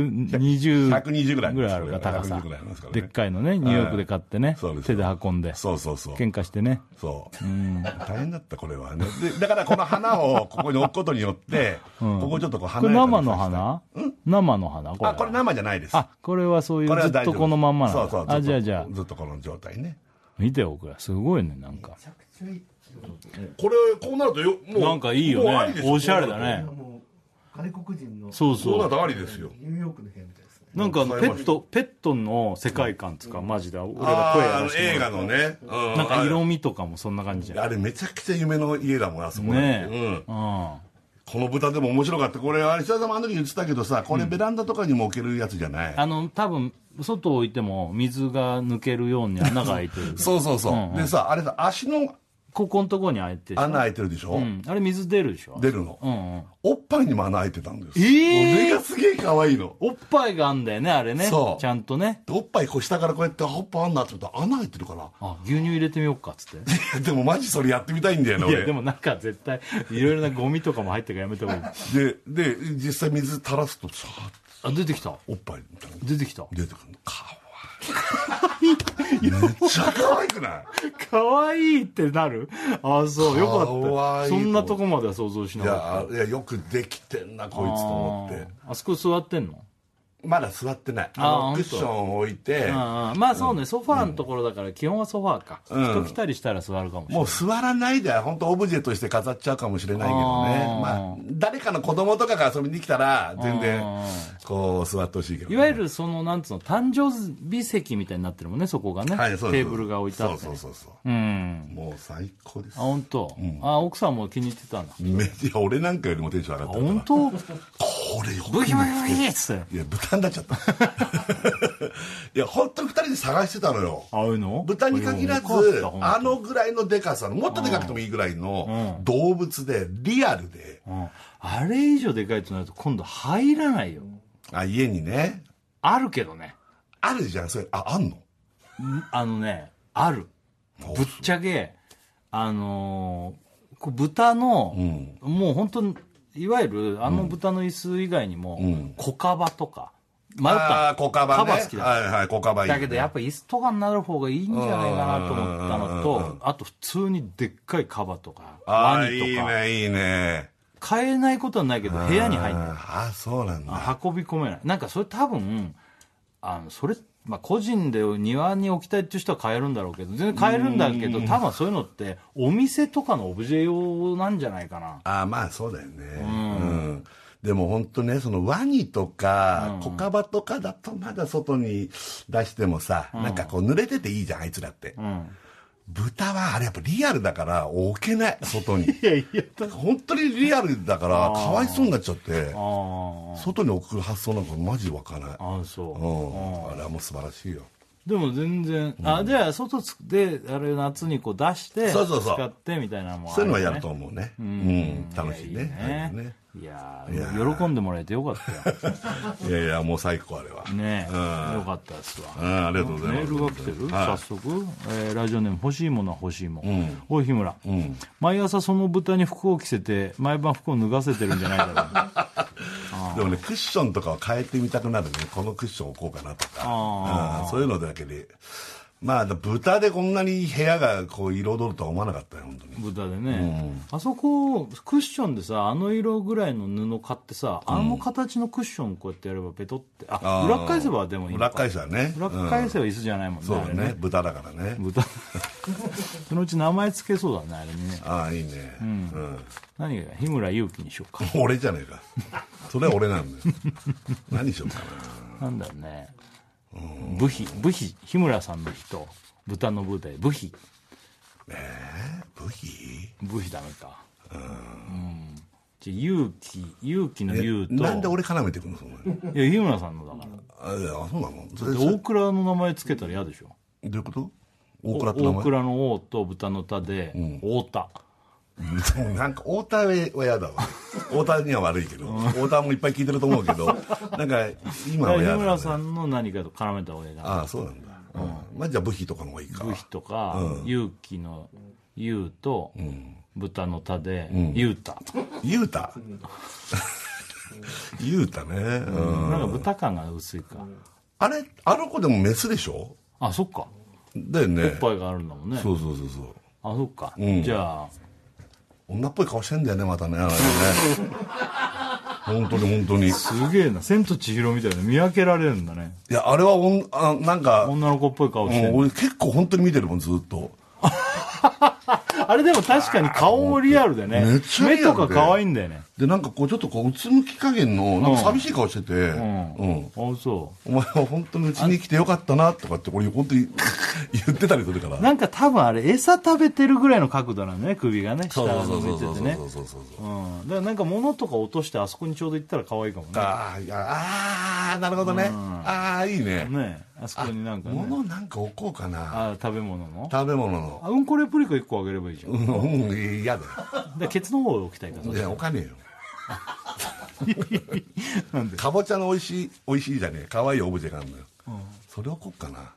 Speaker 1: 120
Speaker 2: 120ぐらい
Speaker 1: ぐらいあるから、高さ
Speaker 2: 120ぐらいありますか。ら
Speaker 1: で
Speaker 2: ね
Speaker 1: っかいのね、ニューヨークで買ってね
Speaker 2: そうで、す
Speaker 1: 手で運んで、
Speaker 2: そうそうそう。
Speaker 1: 喧嘩してね。
Speaker 2: そう。大変だった、これはね。で、だからこの花をここに置くことによって、ここちょっとこう
Speaker 1: こ
Speaker 2: 花
Speaker 1: れ生の花生の花これ
Speaker 2: あ、これ生じゃないです。
Speaker 1: あ、これはそうい
Speaker 2: これ
Speaker 1: う、ず
Speaker 2: は
Speaker 1: っ
Speaker 2: 大丈
Speaker 1: と
Speaker 2: 夫
Speaker 1: このまんまなんだ
Speaker 2: そうそう。
Speaker 1: あ、
Speaker 2: ずっと
Speaker 1: じゃあじゃあ、
Speaker 2: ずっとこの状態ね。
Speaker 1: 見てよ、これ。すごいね、なんか。
Speaker 2: これ、こうなるとよ、もう。
Speaker 1: なんかいいよ
Speaker 2: もうあり
Speaker 1: ね
Speaker 2: で。すよ
Speaker 1: おしゃれだ。ね。
Speaker 5: もう外国人の
Speaker 1: そう
Speaker 2: こうなる
Speaker 1: そう。
Speaker 2: とありですよ。
Speaker 5: ニューヨークの部屋みたいですね。
Speaker 1: なんかあの、ペット、ペットの世界観とか、マジで、俺が声
Speaker 2: あ
Speaker 1: 出
Speaker 2: ー
Speaker 1: し
Speaker 2: 映
Speaker 1: てもら
Speaker 2: 画のね。う
Speaker 1: う。
Speaker 2: ん
Speaker 1: なんか色味とかもそんな感じじゃん。
Speaker 2: あれめちゃくちゃ夢の家だもん、あそこ
Speaker 1: ねえ。
Speaker 2: うん。
Speaker 1: うん。
Speaker 2: この豚でも面白かった。これ、あれ、久田さんもあの時言ってたけどさ、これベランダとかにも置けるやつじゃない。
Speaker 1: あの、多分、外を置いても水が抜けるように穴が開いて る。
Speaker 2: そうそうそう。
Speaker 1: んん
Speaker 2: でさ、あれさ、足の
Speaker 1: ここのとこに開いてるでしょ
Speaker 2: 穴開いてるでしょ、
Speaker 1: うん。あれ水出るでしょ
Speaker 2: 出るの、
Speaker 1: うんうん。
Speaker 2: おっぱいにも穴開いてたんです。
Speaker 1: ええ
Speaker 2: 俺がすげえ可愛いの。
Speaker 1: おっぱいがあんだよね、あれね。
Speaker 2: そう
Speaker 1: ちゃんとね。
Speaker 2: おっぱいこう下からこうやって、あおっぱいあんなって思ったら穴開いてるから。
Speaker 1: あ、牛乳入れてみようか、つって。
Speaker 2: いやでもマジそれやってみたいんだよね、
Speaker 1: い
Speaker 2: 俺。
Speaker 1: や、でもなんか絶対、いろいろなゴミとかも入ってるからやめた方がいい。
Speaker 2: で、で、実際水垂らすと、さーっ
Speaker 1: あ、出てきた。
Speaker 2: とおっぱいみたいなの
Speaker 1: 出てきた。
Speaker 2: 出てくるの。かわいい。めっちゃ可愛くない
Speaker 1: かわいいってなるあ、そう、よか
Speaker 2: か
Speaker 1: っ
Speaker 2: わい
Speaker 1: た。
Speaker 2: い
Speaker 1: そんなとこまでは想像 し
Speaker 2: い
Speaker 1: なかった。
Speaker 2: や、あいやよくできてんな、こいつと思って。
Speaker 1: あーあそこ座ってんの
Speaker 2: まだ座ってない。
Speaker 1: あー
Speaker 2: あ
Speaker 1: ほん
Speaker 2: の、
Speaker 1: と
Speaker 2: クッションを置いて、
Speaker 1: ああまあそうね、ソファーのところだから基本はソファーか、人来たりしたら座るかもしれない
Speaker 2: もう座らないで、本当オブジェとして飾っちゃうかもしれないけどね。
Speaker 1: あー
Speaker 2: まあ、誰かの子供とかが遊びに来たら、全然
Speaker 1: あ、
Speaker 2: こう、座ってほしいけど、
Speaker 1: いわゆるそのなんつうの誕生日席みたいになってるもんねそこがね、
Speaker 2: はい、そうです
Speaker 1: テーブルが置いてあって
Speaker 2: そうそうそうそう
Speaker 1: う。ん
Speaker 2: もう最高です
Speaker 1: あ。本当、あ奥さんも気に入ってたんだ
Speaker 2: めいや俺なんかよりもテンション上がったから
Speaker 1: 本当
Speaker 2: これよ
Speaker 1: ブ
Speaker 2: く
Speaker 1: ヒブヒブヒっつって
Speaker 2: いや豚になっちゃった いや本当に2人で探してたのよ
Speaker 1: ああいうの
Speaker 2: 豚に限らず
Speaker 1: これよかった
Speaker 2: あのぐらいのでかさのもっとでかくてもいいぐらいの動物でリアルで
Speaker 1: うんあれ以上でかいとなると今度入らないよ
Speaker 2: あ家にね
Speaker 1: あるけどね
Speaker 2: あるじゃんそれああんの
Speaker 1: あのねあるぶっちゃけあのーこう豚の、
Speaker 2: うん
Speaker 1: もう本当にいわゆるあの豚の椅子以外にも、
Speaker 2: ん
Speaker 1: 小カバとか迷った
Speaker 2: あー小カバね
Speaker 1: カバ好きだ
Speaker 2: はいはい小カバいいね
Speaker 1: だけどやっぱ椅子とかになる方がいいんじゃないかなと思ったの
Speaker 2: うんうんうん
Speaker 1: とあと普通にでっかいカバとか
Speaker 2: あ
Speaker 1: ワ
Speaker 2: ー
Speaker 1: ニと
Speaker 2: いい
Speaker 1: か
Speaker 2: ねいいね
Speaker 1: 買えないことはないけど部屋に入んない
Speaker 2: ああそうなんだ
Speaker 1: あ運び込めないなんかそれ多分あのそれ、まあ、個人で庭に置きたいっていう人は買えるんだろうけど全然買えるんだけど多分そういうのってお店とかのオブジェ用なんじゃないかな
Speaker 2: ああまあそうだよねうん、でも本当ねそのワニとか小カバとかだとまだ外に出してもさ、なんかこう濡れてていいじゃんあいつらって、豚はあれやっぱリアルだから置けない外に
Speaker 1: いやいや
Speaker 2: 本当にリアルだからかわいそうになっちゃって
Speaker 1: あ
Speaker 2: 外に置く発想なんかマジわかない
Speaker 1: あああそう
Speaker 2: うんあれはもう素晴らしいよ
Speaker 1: でも全然、あじゃあ外つであれ夏にこう出して
Speaker 2: そうそうそう
Speaker 1: 使ってみたいなのもあ
Speaker 2: そういうのはや
Speaker 1: よね
Speaker 2: ると思うねうん、楽しいね
Speaker 1: いいねいやー喜んでもらえてよかったよ
Speaker 2: いやいやもう最高あれは、
Speaker 1: ねえ
Speaker 2: うん
Speaker 1: よかったです
Speaker 2: う
Speaker 1: わ
Speaker 2: んありがとうござい
Speaker 1: メ
Speaker 2: ます
Speaker 1: ールが来てる、早速、えーラジオネーム欲しいものは欲しいもん、
Speaker 2: ん
Speaker 1: おい日村、
Speaker 2: ん
Speaker 1: 毎朝その豚に服を着せて毎晩服を脱がせてるんじゃないだろうな
Speaker 2: でもねクッションとかは変えてみたくなるねこのクッション置こうかなとかうんそういうのだけでまあ豚でこんなに部屋がこう彩るとは思わなかったよ本当 に
Speaker 1: 豚でね、あそこクッションでさあの色ぐらいの布買ってさあの形のクッションこうやってやればペトってあ
Speaker 2: あー
Speaker 1: 裏返せばでもいいのか
Speaker 2: 裏返しはね
Speaker 1: 裏
Speaker 2: うん
Speaker 1: 返せば椅子じゃないもんね、
Speaker 2: そうだ
Speaker 1: あれ
Speaker 2: ね豚だからね
Speaker 1: 豚そのうち名前つけそうだねあれにね
Speaker 2: ああいいねうん
Speaker 1: 何が日村勇紀にしようか
Speaker 2: 俺じゃねえかそれは俺なんだよ 何しようかな
Speaker 1: なんだろうね部費部費日村さんの日と豚の舞台部費
Speaker 2: 武器
Speaker 1: 部費ダメかうんじゃあ勇気勇気の勇と
Speaker 2: なんで俺絡めてくのそんなに
Speaker 1: いや日村さんのだから
Speaker 2: あいやそうなのそれ
Speaker 1: で
Speaker 2: それ
Speaker 1: 大倉の名前つけたら嫌でしょ
Speaker 2: どういうこと
Speaker 1: お
Speaker 2: 大倉って名
Speaker 1: 大
Speaker 2: 前
Speaker 1: 倉の王と豚の田で太田
Speaker 2: でも なんか太田は嫌だわ太田には悪いけど太田もいっぱい聞いてると思う けどなんか今は
Speaker 1: だか
Speaker 2: 嫌
Speaker 1: ら
Speaker 2: だ、
Speaker 1: 日
Speaker 2: ね、
Speaker 1: 村さんの何かと絡めた方がいいな
Speaker 2: ああそうなんだ、うんまあじゃあ部費とかの方がいいか
Speaker 1: 部費とか勇気の牛と豚の田で
Speaker 2: ん
Speaker 1: 牛太、
Speaker 2: ゆうた。ゆうたね。うん
Speaker 1: なんか豚感が薄いか
Speaker 2: あれ、あの子でもメスでしょ
Speaker 1: あそっか
Speaker 2: だよ
Speaker 1: お
Speaker 2: ね
Speaker 1: っ。ぱいがあるんだもんね
Speaker 2: そうそうそうそう。
Speaker 1: あそっか、
Speaker 2: うん
Speaker 1: じゃあ
Speaker 2: 女っぽい顔してんだよね、またね。あれね 本当に本当に。い
Speaker 1: すげえな「千と千尋」みたいな見分けられるんだね
Speaker 2: や、あれはおん、あなんか、
Speaker 1: 女の子っぽい顔して
Speaker 2: うん
Speaker 1: る
Speaker 2: 俺結構本当に見てるもん、ずっと。
Speaker 1: あれでも確かに顔もリアルでね
Speaker 2: めっちゃリアル
Speaker 1: 目
Speaker 2: で
Speaker 1: とか可愛いんだよね
Speaker 2: で、なんかこう、ちょっとこう、うつむき加減の、なんか寂しい顔してて、うん。
Speaker 1: あそ
Speaker 2: お前は本当にうちに来てよかったなとかって、俺、本当に言ってたりするから。
Speaker 1: うなんか多分あれ餌食べてるぐらいの角度なんだね首がね下
Speaker 2: そう
Speaker 1: が
Speaker 2: そうそ
Speaker 1: 向いう
Speaker 2: そうそ
Speaker 1: てて
Speaker 2: う
Speaker 1: ね
Speaker 2: そうそうそうそう。
Speaker 1: うん、だからなんか物とか落としてあそこにちょうど行ったら可愛いかもね
Speaker 2: ああ、いや、ああ、なるほどね。ああ、いいね。
Speaker 1: ねえあそこになんかね
Speaker 2: 物なんか置こうかな。
Speaker 1: あ食べ物の
Speaker 2: 食べ物の。
Speaker 1: あうんこレプリカ1個あげればいいじゃん、
Speaker 2: うん、嫌だよ。
Speaker 1: でケツの方を置きたいから
Speaker 2: いや、お金よ。
Speaker 1: なんで
Speaker 2: かぼちゃの美味しい、美味しいじゃねえ。可愛いオブジェがあるのよ。それを置こうかな。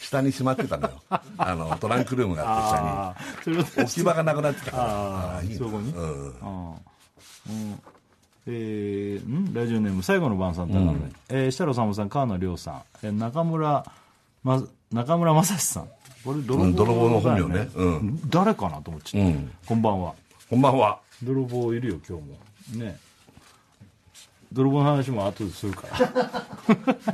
Speaker 2: 下にしまってたの よ。あの、トランクルームがあって下に。
Speaker 1: ああそれを出
Speaker 2: 置
Speaker 1: し
Speaker 2: き場がなくなってたから。ああ、いい
Speaker 1: そ
Speaker 2: な。
Speaker 1: こに
Speaker 2: うん。
Speaker 1: ああうんえーんラジオネーム最後の晩さん高野、えー設楽さん川野亮さん、えー中村、ま、中村正史さんこれ泥
Speaker 2: うん
Speaker 1: 棒
Speaker 2: 泥棒の
Speaker 1: だ
Speaker 2: 本
Speaker 1: よ
Speaker 2: 名ねうん
Speaker 1: 誰かなと思っちゃった、
Speaker 2: うん
Speaker 1: こんばんは
Speaker 2: こんばんは。
Speaker 1: 泥棒いるよ今日もね泥棒の話も後でするから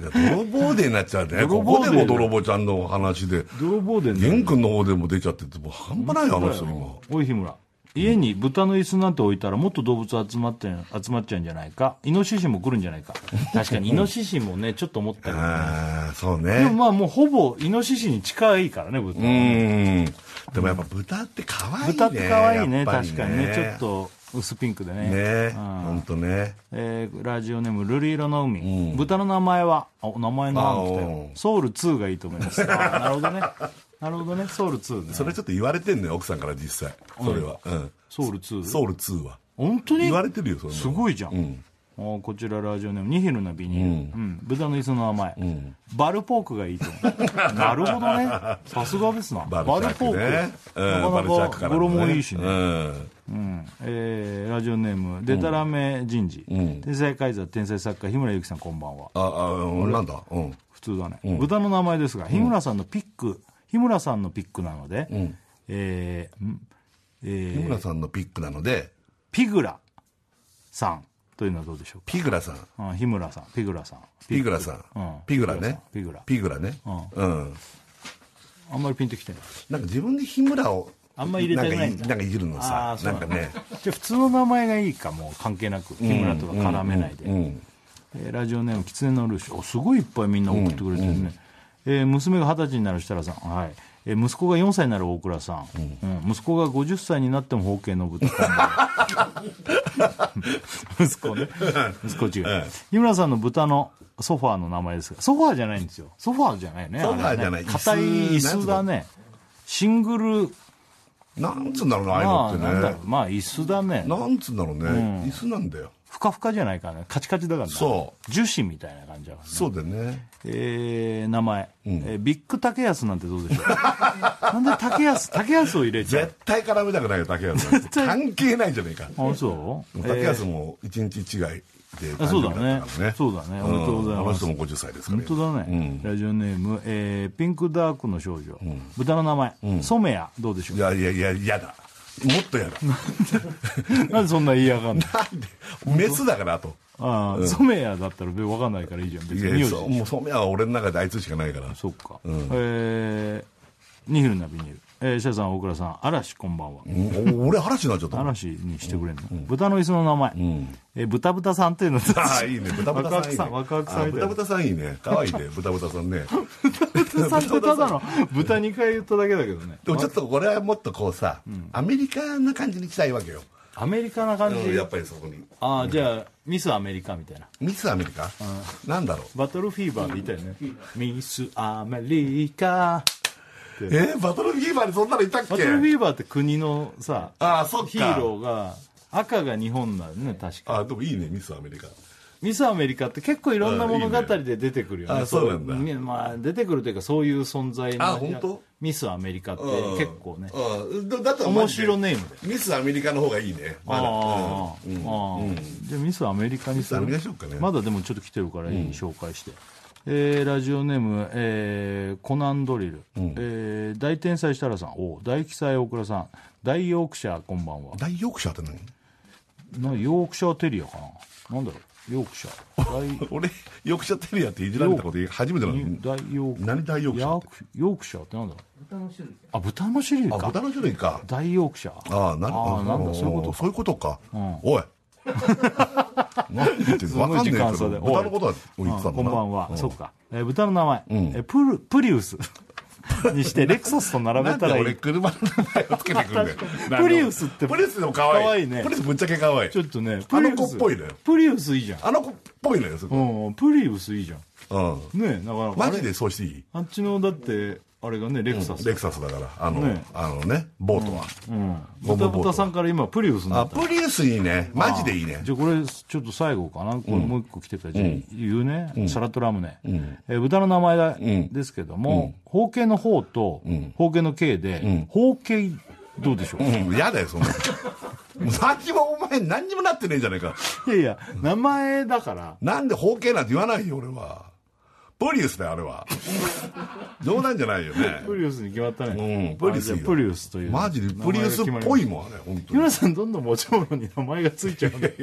Speaker 2: いや泥棒デーになっちゃうね。
Speaker 1: 泥
Speaker 2: こ
Speaker 1: 棒
Speaker 2: こ
Speaker 1: デー
Speaker 2: でも泥棒ちゃんの話で。
Speaker 1: 泥棒で
Speaker 2: 玄君の方でも出ちゃってて、もう半端ないよ、あの人今。
Speaker 1: おい日村家に豚の椅子なんて置いたらもっと動物集まってん集まっちゃうんじゃないかイノシシも来るんじゃないか確かにイノシシもねちょっと 思ったけど
Speaker 2: ああ、そう
Speaker 1: で
Speaker 2: ね。
Speaker 1: もまあもうほぼイノシシに近いからね豚、
Speaker 2: うん。でもやっぱ豚って可愛いね。
Speaker 1: 豚って可愛いね
Speaker 2: やっぱり
Speaker 1: 確かにねちょっ。と薄ピンクで
Speaker 2: ね
Speaker 1: ねうん
Speaker 2: 本当ね。
Speaker 1: えーラジオネームルリ色の海、
Speaker 2: うん
Speaker 1: 豚の名前はあお名前の案来た
Speaker 2: あ
Speaker 1: よ
Speaker 2: おう
Speaker 1: ソウル2がいいと思い ますあーなるほどねなるほどねソウル2ね
Speaker 2: それちょっと言われてんね奥さんから実際。それは。うん。
Speaker 1: ソウル 2?
Speaker 2: ソウル2は。
Speaker 1: 本当に
Speaker 2: 言われてるよ、そんなの
Speaker 1: すごいじゃん、
Speaker 2: うん。
Speaker 1: あーこちらラジオネームニヒルなビニール、うん豚の椅子の名前、
Speaker 2: ん
Speaker 1: バルポークがいいと思 うなるほどねさすがですな
Speaker 2: バルチャーク
Speaker 1: ポーク、
Speaker 2: ね。うん
Speaker 1: なか
Speaker 2: チャ
Speaker 1: な
Speaker 2: ーク
Speaker 1: か
Speaker 2: からね
Speaker 1: 衣もいいしね、
Speaker 2: うん。
Speaker 1: うんえーラジオネームでたらめ人事、
Speaker 2: ん
Speaker 1: 天才カイザー天才作家日村ゆきさんこんばんは
Speaker 2: あ、あ、うんなんだ。うん。
Speaker 1: 普通だね、豚の名前ですが日村さんのピック日村さんのピックなので、えーんえー
Speaker 2: 日村さんのピックなので、
Speaker 1: ピグラさんというのはどうでしょ
Speaker 2: ピグラさん。
Speaker 1: うか、うん、日村さんピグラさん
Speaker 2: ピグラさん
Speaker 1: うん。
Speaker 2: ピグラね。
Speaker 1: ピグラ
Speaker 2: ピグラね。うん。
Speaker 1: あんまりピンときてない
Speaker 2: なんか自分で日村を、
Speaker 1: あんま入れたくないんだ
Speaker 2: んかいじるの
Speaker 1: あ
Speaker 2: さ、
Speaker 1: ーそう
Speaker 2: な
Speaker 1: なん
Speaker 2: ん
Speaker 1: だ
Speaker 2: かね。
Speaker 1: じゃあ普通の名前がいいかもう関係なく日村とか絡めないで、
Speaker 2: うん。
Speaker 1: えーラジオネーム「きつねのルーシュ」おすごいいっぱいみんな送ってくれてるね、えー娘が二十歳になる設楽さん、はいえー息子が4歳になる大倉さん、うん息子が50歳になっても方形のぶた息子ね息子違う、日村さんの豚のソファーの名前ですがソファーじゃないんですよソファーじゃないね
Speaker 2: ソファー
Speaker 1: あれね
Speaker 2: じゃない
Speaker 1: 硬い椅
Speaker 2: 椅子
Speaker 1: 子だねシングル
Speaker 2: なんつうんだろうな、あ
Speaker 1: ま
Speaker 2: あ
Speaker 1: あ
Speaker 2: いう
Speaker 1: なん
Speaker 2: の
Speaker 1: だ
Speaker 2: っ
Speaker 1: ろ
Speaker 2: てね。
Speaker 1: うまあ椅子だね
Speaker 2: なんつうんだろうね。椅子なんだよ。
Speaker 1: ふかふかじゃないからねカチカチだからね
Speaker 2: そ
Speaker 1: 樹脂みたいな感じだからね
Speaker 2: そうだよね。
Speaker 1: えー名前、えービッグ竹安なんてどうで しょうなんで竹安竹安を入れちゃう
Speaker 2: 絶対絡めたくないよ、竹安 さん。関係ないじゃねえか。
Speaker 1: あそう
Speaker 2: 竹安
Speaker 1: えー
Speaker 2: も一日違いで
Speaker 1: あ
Speaker 2: 誕
Speaker 1: そう
Speaker 2: 生
Speaker 1: だ
Speaker 2: 日だ
Speaker 1: ね
Speaker 2: ったからね。
Speaker 1: そうだねおめでとうございます
Speaker 2: うんあの人も50歳ですから
Speaker 1: 本
Speaker 2: ね。
Speaker 1: 当だね、ラジオネーム、えーピンクダークの少女、豚の名前、染谷どうでしょ
Speaker 2: いやいやいや、嫌だ。もっと 嫌だ。
Speaker 1: う なんでそんな言いや がんの
Speaker 2: なんでメスだから、あと。
Speaker 1: あー、染谷だったら分かんないからいいじゃん別
Speaker 2: い
Speaker 1: に名
Speaker 2: や、
Speaker 1: 字
Speaker 2: そう、もう染谷は俺の中であいつしかないから。
Speaker 1: そっか、えーニヒルなビニール、えー、シャさん大倉さん嵐こんばんは、
Speaker 2: うんお俺、嵐になっちゃったもん。
Speaker 1: 嵐にしてくれんの、豚の椅子の名前、えー豚豚さんっていうの
Speaker 2: ああ、いいね。豚豚さんいいね。
Speaker 1: ワクワクさんワクワクさんみ
Speaker 2: あ
Speaker 1: たいな
Speaker 2: 豚豚さんいいね。可愛いね。豚豚さん ね。
Speaker 1: 豚さんってただの豚2回言っただけだけどね
Speaker 2: でもちょっとこれはもっとこうさ、アメリカな感じに行きたいわけよ。
Speaker 1: アメリカな感じ
Speaker 2: うんやっぱりそこに。
Speaker 1: ああじゃあミスアメリカみたいな
Speaker 2: ミスアメリカなんだろう。
Speaker 1: バトルフィーバーでいたよねミスアメリカ
Speaker 2: えーバトルフィーバーにそんなのいたっけ
Speaker 1: バトルフィーバーって国のさ
Speaker 2: ああ、そっか。
Speaker 1: ヒーローが赤が日本なんだよね確か
Speaker 2: あ、でもいいね、ミスアメリカ。
Speaker 1: ミスアメリカって結構いろんな物語で出てくるよ
Speaker 2: うんいい
Speaker 1: ね。
Speaker 2: ねあそうなんだ
Speaker 1: ねまあ、出てくるというか、そういう存在の
Speaker 2: あ本当
Speaker 1: ミスアメリカって
Speaker 2: うん
Speaker 1: 結構ね、
Speaker 2: うんだだったらマ
Speaker 1: 面
Speaker 2: ジで
Speaker 1: 白ネームで。
Speaker 2: ミスアメリカの方がいいねまだ
Speaker 1: ああ、ああじゃあミスアメリカにする
Speaker 2: ミスアメリカにしようかね
Speaker 1: まだでもちょっと来てるからいい紹介して、えーラジオネーム、えーコナンドリル、えー大天才設楽さんおう大奇才大倉さん大ヨークシャーこんばんは
Speaker 2: 大ヨークシャーって何
Speaker 1: なヨークシャーテリアかななんだろうヨークシャー
Speaker 2: 俺ヨークシャーテリアっていじられたこと初めてな
Speaker 1: 大
Speaker 2: の
Speaker 1: に大ヨーク
Speaker 2: 何大ヨークシャーって
Speaker 1: ヤヨークシャーってなんだろう
Speaker 5: 歌の種類
Speaker 1: あ豚の種類
Speaker 2: あ
Speaker 1: か
Speaker 2: 豚の種類か
Speaker 1: 大ヨークシャー
Speaker 2: ああなる
Speaker 1: あ
Speaker 2: ほ
Speaker 1: あ
Speaker 2: ど
Speaker 1: なんだそういうことか
Speaker 2: そういうことか おい何言ってんのわかんねえけど
Speaker 1: すごい時間差で
Speaker 2: 豚のことは言ってた
Speaker 1: あ
Speaker 2: んだ
Speaker 1: こんば
Speaker 2: なん
Speaker 1: は、そっか、えー豚の名前、えープルプリ ウスにしてレクサスと並べ
Speaker 2: なんで
Speaker 1: たらい
Speaker 2: 俺
Speaker 1: い
Speaker 2: 車の名前をつけてくん だよ
Speaker 1: プリウスって
Speaker 2: プリウスでも可愛い
Speaker 1: 可愛いね
Speaker 2: プリウスぶっちゃけ可愛い
Speaker 1: ちょっとね
Speaker 2: あ
Speaker 1: プリ
Speaker 2: の
Speaker 1: ウ
Speaker 2: 子
Speaker 1: ス
Speaker 2: っぽいね
Speaker 1: プリウスいいじゃん
Speaker 2: あの子っぽいのよすごい
Speaker 1: うんプリウスいいじゃん
Speaker 2: うん
Speaker 1: ねえなかなか
Speaker 2: マジ
Speaker 1: あれ
Speaker 2: でそうしていい
Speaker 1: あっちのだってあれがねレクサス、
Speaker 2: レクサスだからあの
Speaker 1: ね
Speaker 2: あのねボートは
Speaker 1: うん
Speaker 2: ゴム
Speaker 1: 豚
Speaker 2: ボート
Speaker 1: 豚さんから今プリウスにな
Speaker 2: あ
Speaker 1: った
Speaker 2: プリウスいいねマジでいいね
Speaker 1: じゃあこれちょっと最後かなこれもう一個来てたじゃあ言うね、サラトラムネ、えー豚の名前だ、ですけども、方形の方と方形の形で、方形どうでしょう、
Speaker 2: うん嫌だよそんなのさっきもお前何にもなってねえじゃねえか
Speaker 1: いやいや名前だから
Speaker 2: なんで方形なんて言わないよ俺はプリウスだよあれは冗談じゃないよね
Speaker 1: プリウスに決まったね、
Speaker 2: うんプリウス
Speaker 1: あじゃあプリウスという
Speaker 2: マジでプリウスっぽい
Speaker 1: ん
Speaker 2: もんあれ本当
Speaker 1: 日村さんどんどん持ち物に名前がついちゃうね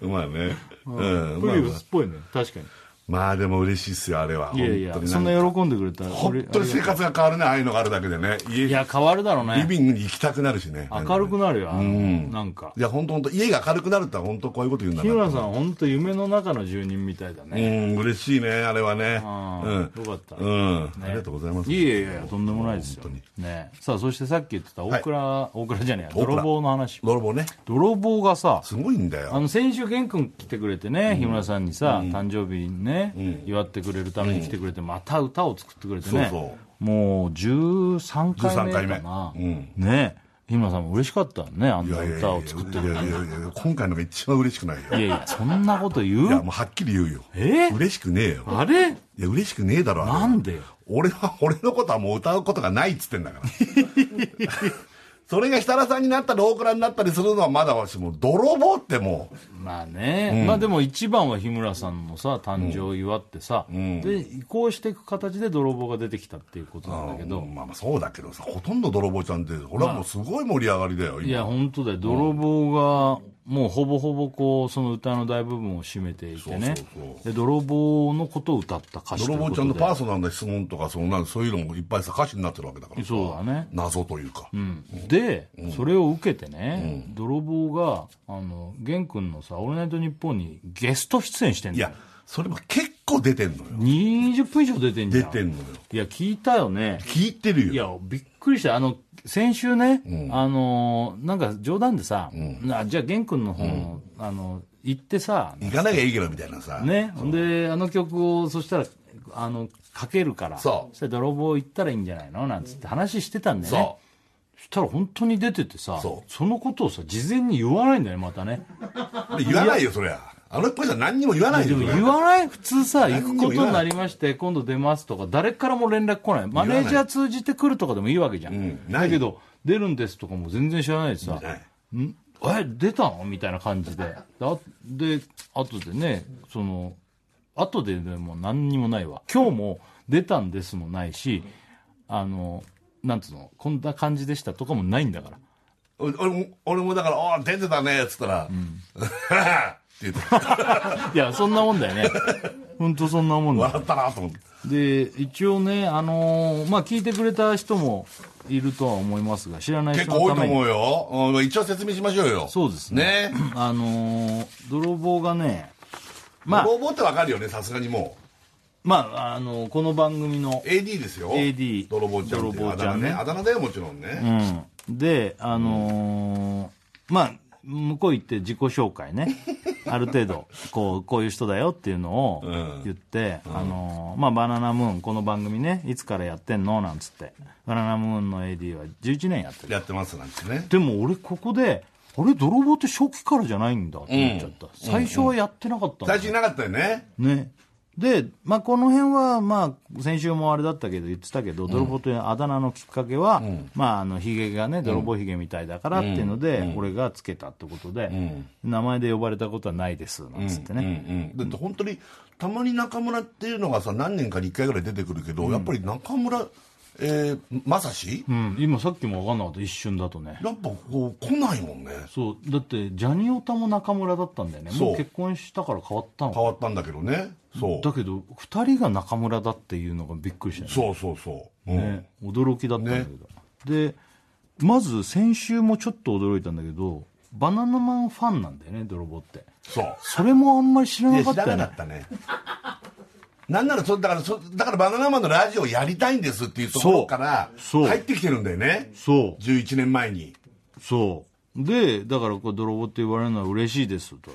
Speaker 2: にまあねうん
Speaker 1: プ
Speaker 2: まあ
Speaker 1: リウスっぽいね確かに
Speaker 2: まあでも嬉しいっすよあれはい
Speaker 1: やいや
Speaker 2: 本当に
Speaker 1: そ
Speaker 2: なんんか
Speaker 1: な喜んでくれたら
Speaker 2: 本当に生活が変わるねああいうのがあるだけでね家
Speaker 1: いや変わるだろうね
Speaker 2: リビングに行きたくなるしね
Speaker 1: 明るくなるよ、あのなんか
Speaker 2: いや本当本当家が明るくなるってのは本当こういうこと言うんだ
Speaker 1: 日
Speaker 2: な
Speaker 1: 村さん本当夢の中の住人みたいだ
Speaker 2: う
Speaker 1: ね、
Speaker 2: ん嬉しいねあれはね
Speaker 1: あー
Speaker 2: うん
Speaker 1: よかった
Speaker 2: うんありがとうございます
Speaker 1: いやいやいやとんでもないですよ
Speaker 2: 本
Speaker 1: ねさあそしてさっき言ってた大倉、大倉じゃねえや
Speaker 2: 大倉
Speaker 1: 泥棒の話
Speaker 2: 泥棒ね
Speaker 1: 泥棒がさ
Speaker 2: すごいんだ
Speaker 1: あ
Speaker 2: よ
Speaker 1: の先週玄君来てくれてね、日村さんにさ、誕生日にね、祝ってくれるために来てくれて、また歌を作ってくれてね
Speaker 2: そうそう
Speaker 1: もう13回目
Speaker 2: 13回目
Speaker 1: かな、
Speaker 2: うん
Speaker 1: ね日村さんも嬉しかったよねあん
Speaker 2: いや
Speaker 1: ない
Speaker 2: やい
Speaker 1: 歌
Speaker 2: や
Speaker 1: を作ってくれ
Speaker 2: いやいやいやいや今回のが一番嬉しくないよ
Speaker 1: いやいやそんなこと言
Speaker 2: いやも
Speaker 1: う
Speaker 2: うはっきり言うよ
Speaker 1: え
Speaker 2: 嬉しくねえよ
Speaker 1: あれ
Speaker 2: いや嬉しくねえだろあれは
Speaker 1: なんでよ
Speaker 2: 俺は 俺のことはもう歌うことがないっつってんだから それが設楽さんになったり大倉になったりするのはまだ私もう泥棒っても
Speaker 1: まあね、まあでも一番は日村さんのさ誕生を祝ってさ、で移行していく形で泥棒が出てきたっていうことなんだけ
Speaker 2: う
Speaker 1: ど、
Speaker 2: まあまあそうだけどさほとんど泥棒ちゃんって俺はもうすごい盛り上がりだよ今
Speaker 1: いや本当だよ泥棒がもうほぼほぼこうその歌の大部分を占めていてね
Speaker 2: そうそう
Speaker 1: で泥棒のことを歌った歌詞とい
Speaker 2: 泥棒
Speaker 1: うこ
Speaker 2: ち
Speaker 1: とで
Speaker 2: ゃんのパーソナルな質問とかそんなそういうのもいっぱいさ歌詞になってるわけだからさ
Speaker 1: そうだね
Speaker 2: 謎というか、
Speaker 1: うんで、それを受けてね、泥棒があの玄君のさ「オールナイトニッポン」にゲスト出演してん
Speaker 2: い
Speaker 1: だ
Speaker 2: や
Speaker 1: よ
Speaker 2: それも結構出てんのよ
Speaker 1: 20分以上出てんじ
Speaker 2: 出
Speaker 1: ゃん
Speaker 2: てんのよ
Speaker 1: いや聞いたよね
Speaker 2: 聞いてるよ
Speaker 1: いや、びっくりした。あの、先週ね、あのー、なんか冗談でさ、あじゃあ、玄君の方の、あの、行ってさ、
Speaker 2: 行かなきゃいいけどみたいなさ、
Speaker 1: ね、ほんで、あの曲を、そしたら、あの、かけるから、
Speaker 2: そう
Speaker 1: したら泥棒行ったらいいんじゃないのなんつって話してたんだよね
Speaker 2: そ。
Speaker 1: そしたら本当に出ててさ、
Speaker 2: そ
Speaker 1: そうのことをさ、事前に言わないんだよね、ま たね。
Speaker 2: で言わないよそりゃあのっぽい人は何にも言わない
Speaker 1: で
Speaker 2: よ
Speaker 1: も
Speaker 2: そりゃ
Speaker 1: 言わない普通さ、行
Speaker 2: 何
Speaker 1: く
Speaker 2: にも言わない
Speaker 1: ことになりまして、今度出ますとか、誰からも連絡来ない。マネージャー通じて来るとかでもいいわけじゃん。
Speaker 2: んない
Speaker 1: だけど、出るんですとかも全然知らないでさ、
Speaker 2: ない
Speaker 1: んえ、出たのみたいな感じで。で、あで後でね、その、後ででも何にもないわ。今日も出たんですもないし、あの、なんつうの、こんな感じでしたとかもないんだから。
Speaker 2: 俺も俺もだから「ああ出てたね」っつったら 「って言って
Speaker 1: いや、そんなもんだよね。ほんとそんなもんだよ
Speaker 2: 笑ったなと思って
Speaker 1: で一応ね、あのーまあ、聞いてくれた人もいるとは思いますが知らない
Speaker 2: 結
Speaker 1: 人
Speaker 2: 構
Speaker 1: の
Speaker 2: 多
Speaker 1: た
Speaker 2: いと
Speaker 1: めに
Speaker 2: 思うよ、うん、一応説明しましょうよ
Speaker 1: そうですねあのー泥棒がねまあ、
Speaker 2: 泥棒ってわかるよねさすがにも
Speaker 1: まあ、あのこの番組の
Speaker 2: う AD ですよ
Speaker 1: AD
Speaker 2: 泥棒ちゃんってい
Speaker 1: 泥
Speaker 2: う
Speaker 1: 棒
Speaker 2: あ
Speaker 1: ち
Speaker 2: だ
Speaker 1: ゃ
Speaker 2: 名
Speaker 1: んね
Speaker 2: ねあだ名だよもちろんね、
Speaker 1: うん、であのーまあ向こう行って自己紹介 ねある程度こうこういう人だよっていうのを言って、あのーまあ、バナナムーンこの番組ねいつからやってんのなんつってバナナムーンの AD は11年やってる
Speaker 2: やってますなんてね
Speaker 1: でも俺ここであれ泥棒って初期からじゃないんだって思っちゃった、最初はやってなかったんだ
Speaker 2: 最初いなかったよね
Speaker 1: ね。で、まあ、この辺は、まあ、先週もあれだったけど、言ってたけど、泥棒というあだ名のきっかけは、まあ、あの、ひげがね、泥棒ひげみたいだからっていうので、俺がつけたってことで、名前で呼ばれたことはないです、なんつってね。
Speaker 2: うんだって本当にたまに中村っていうのがさ何年かに1回ぐらい出てくるけど、やっぱり中村えー、正志、
Speaker 1: うん今さっきも分かんなかった、一瞬だとね。
Speaker 2: やっぱこう来ないもんね
Speaker 1: そう、だって、ジャニオタも中村だったんだよね。
Speaker 2: そ
Speaker 1: も
Speaker 2: う
Speaker 1: う結婚したから変わったの
Speaker 2: 変
Speaker 1: か。
Speaker 2: わったんだけどねそう
Speaker 1: だけど、二人が中村だっていうのがびっくりしたね。
Speaker 2: そうそうそう、うん
Speaker 1: ね、驚きだったんだけど、でまず先週もちょっと驚いたんだけどバナナマンファンなんだよね泥棒って
Speaker 2: そう
Speaker 1: それもあんまり知ら
Speaker 2: い
Speaker 1: な
Speaker 2: や
Speaker 1: かっ
Speaker 2: 知ら
Speaker 1: たよ
Speaker 2: な
Speaker 1: ね
Speaker 2: かったねなんならそだからそだからバナナマンのラジオやりたいんですっていうところから
Speaker 1: そうそう
Speaker 2: 入ってきてるんだよね
Speaker 1: そ
Speaker 2: 11年前に
Speaker 1: うそうでだからこう泥棒って言われるのは嬉しいですと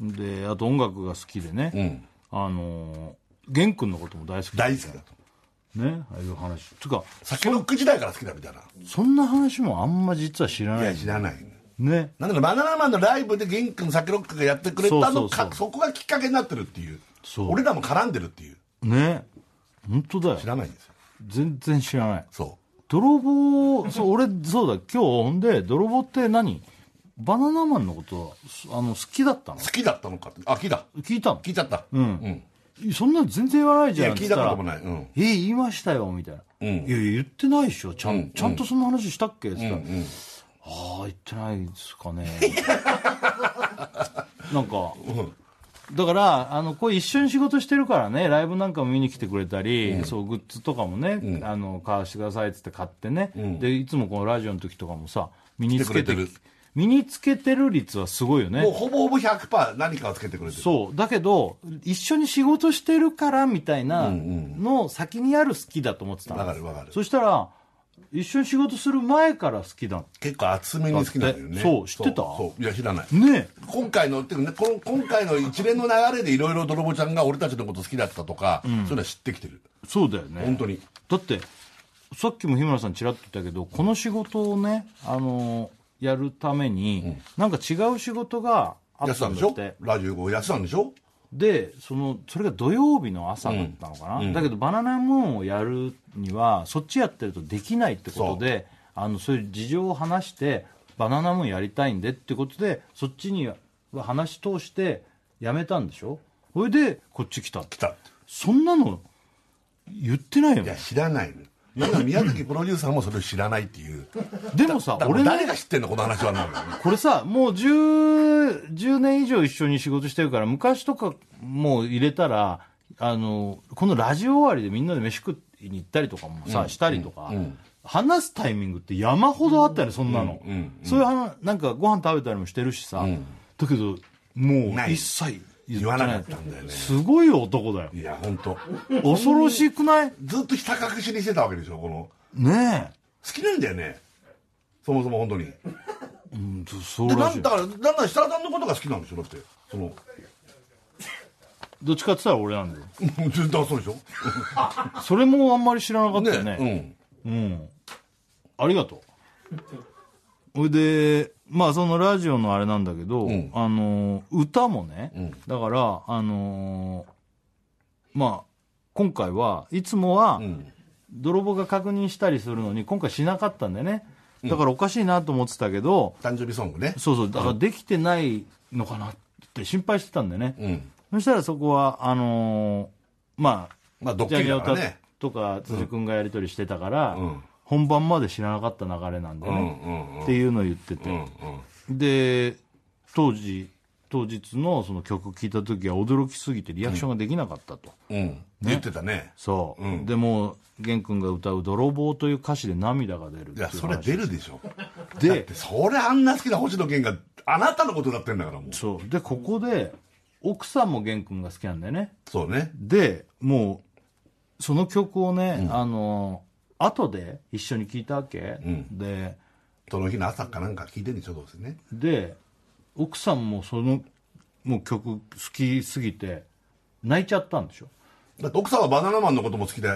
Speaker 1: であと音楽が好きでね、
Speaker 2: ん
Speaker 1: あのー玄君のことも大好き
Speaker 2: 大好きだと
Speaker 1: ねああいう話つうか
Speaker 2: 酒ロック時代から好きだみたいな
Speaker 1: そんな話もあんま実は知ら
Speaker 2: い
Speaker 1: な
Speaker 2: や
Speaker 1: い
Speaker 2: 知らない
Speaker 1: ね
Speaker 2: なんだろうバナナマンのライブで玄君酒ロックがやってくれた
Speaker 1: そ
Speaker 2: の
Speaker 1: うそうそう
Speaker 2: かそこがきっかけになってるっていう
Speaker 1: そう
Speaker 2: 俺らも絡んでるっていう
Speaker 1: ね本当だよ
Speaker 2: 知らないんですよ
Speaker 1: 全然知らない
Speaker 2: そ
Speaker 1: 泥棒そう俺そうだ今日ほんで泥棒って何バナナマンのことすあの好きだったの
Speaker 2: う好きだったのかってあ聞いた
Speaker 1: 聞いたの
Speaker 2: 聞いちゃった
Speaker 1: うん、そんなの全然言わない
Speaker 2: い
Speaker 1: じゃ
Speaker 2: や
Speaker 1: ん
Speaker 2: 聞いたことも
Speaker 1: い
Speaker 2: ないうん
Speaker 1: え言いましたよみたいな、
Speaker 2: うん
Speaker 1: いやいや言ってないでしょちゃん,、
Speaker 2: うん
Speaker 1: ちゃんとその話したっけっつったら、
Speaker 2: うんうん
Speaker 1: ああ言ってないですか ねなんか、だからあのこう一緒に仕事してるからねライブなんかも見に来てくれたり、そうグッズとかもね、あの買わしてくださいっつって買ってね、でいつもこのラジオの時とかもさ身につけ
Speaker 2: 来て
Speaker 1: て
Speaker 2: くれてる
Speaker 1: 身につけてる率はすごいよね
Speaker 2: もうほぼほぼ100%何かをつけてくれてる
Speaker 1: そうだけど一緒に仕事してるからみたいなの先にある好きだと思ってたの
Speaker 2: わかるわかる
Speaker 1: そしたら一緒に仕事する前から好きだの
Speaker 2: 結構厚めに好きなんだよね
Speaker 1: だってそう知ってた
Speaker 2: そういや知らない
Speaker 1: ねえ
Speaker 2: 今回のっていうかねこの今回の一連の流れでいろいろ泥棒ちゃんが俺たちのこと好きだったとか、そういうのは知ってきてる
Speaker 1: そうだよね
Speaker 2: 本当に
Speaker 1: だってさっきも日村さんちらっと言ったけどこの仕事をねあのやるために、なんか違う仕事があ
Speaker 2: や
Speaker 1: っ
Speaker 2: ってたん
Speaker 1: たん
Speaker 2: で
Speaker 1: だ
Speaker 2: しょ
Speaker 1: って
Speaker 2: ラジオをやってたんでしょ
Speaker 1: でそのそれが土曜日の朝だったのかな、だけどバナナムーンをやるにはそっちやってるとできないってことであのそういう事情を話してバナナムーンやりたいんでってことでそっちには話し通してやめたんでしょそれでこっち来たっ
Speaker 2: 来
Speaker 1: て
Speaker 2: たって
Speaker 1: そんなの言ってないよ
Speaker 2: いや
Speaker 1: ね
Speaker 2: 知らないの世の中宮崎プロデューサーもそれを知らないっていう
Speaker 1: でもさ
Speaker 2: だから
Speaker 1: 俺ね
Speaker 2: 誰が知ってんのこの話はな る
Speaker 1: これさもう 10, 10年以上一緒に仕事してるから昔とかもう入れたらあのこのラジオ終わりでみんなで飯食いに行ったりとかもさ、したりとか、話すタイミングって山ほどあったよねそんなの、そういう話なんかご飯食べたりもしてるしさ、だけども
Speaker 2: な
Speaker 1: う
Speaker 2: い
Speaker 1: 一切言
Speaker 2: 言
Speaker 1: っ
Speaker 2: わな
Speaker 1: てな
Speaker 2: かっ
Speaker 1: い
Speaker 2: たんだよね
Speaker 1: すごい男だよ
Speaker 2: いや本当
Speaker 1: 恐ろしくない
Speaker 2: ずっとひた隠しにしてたわけでしょこの
Speaker 1: ね
Speaker 2: 好きなんだよねそもそも本当に
Speaker 1: え、うん、そう
Speaker 2: で
Speaker 1: ら
Speaker 2: な
Speaker 1: しい
Speaker 2: んだからなんなら設楽さんのことが好きなんでしょだってその
Speaker 1: どっちかって言ったら俺なんだよ
Speaker 2: ずっとそうでしょ
Speaker 1: それもあんまり知らなかったよね
Speaker 2: うん
Speaker 1: うん。ありがと う。ほいで、まあそのラジオのあれなんだけど、
Speaker 2: ん
Speaker 1: あの、歌もね、
Speaker 2: ん
Speaker 1: だから、あのまあ、今回はいつもは、
Speaker 2: ん
Speaker 1: 泥棒が確認したりするのに、今回しなかったんでね。だからおかしいなと思ってたけど、
Speaker 2: 誕生日ソングね
Speaker 1: そうそう、だからできてないのかなって心配してたんでね。
Speaker 2: うん
Speaker 1: そしたらそこは、あのまあ、
Speaker 2: まあドッキ
Speaker 1: ジャ
Speaker 2: リ
Speaker 1: ニ
Speaker 2: だ
Speaker 1: オ
Speaker 2: から
Speaker 1: タ
Speaker 2: ね
Speaker 1: とか辻君がやり取りしてたから、
Speaker 2: うん
Speaker 1: 本番まで知らなかった流れなんで
Speaker 2: うん
Speaker 1: ね、
Speaker 2: うんうん
Speaker 1: っていうのを言ってて、で当時当日のその曲聴いた時は驚きすぎてリアクションができなかったと、
Speaker 2: うんうん言ってたね
Speaker 1: そう、
Speaker 2: うん
Speaker 1: でも玄君が歌う「泥棒」という歌詞で涙が出るっ
Speaker 2: い
Speaker 1: ていう
Speaker 2: や
Speaker 1: 話
Speaker 2: それは出るでしょだっ
Speaker 1: で
Speaker 2: てそれあんな好きな星野源があなたのことだってんだからもう
Speaker 1: そうでここで奥さんも玄君が好きなんだよね
Speaker 2: そうね
Speaker 1: でもうその曲をね、あの後で一緒に聴いたわけ、
Speaker 2: ん
Speaker 1: で
Speaker 2: その日の朝かなんか聞いてるんでしょどうせね
Speaker 1: で奥さんもそのもう曲好きすぎて泣いちゃったんでしょ
Speaker 2: だって奥さんはバナナマンのことも好きで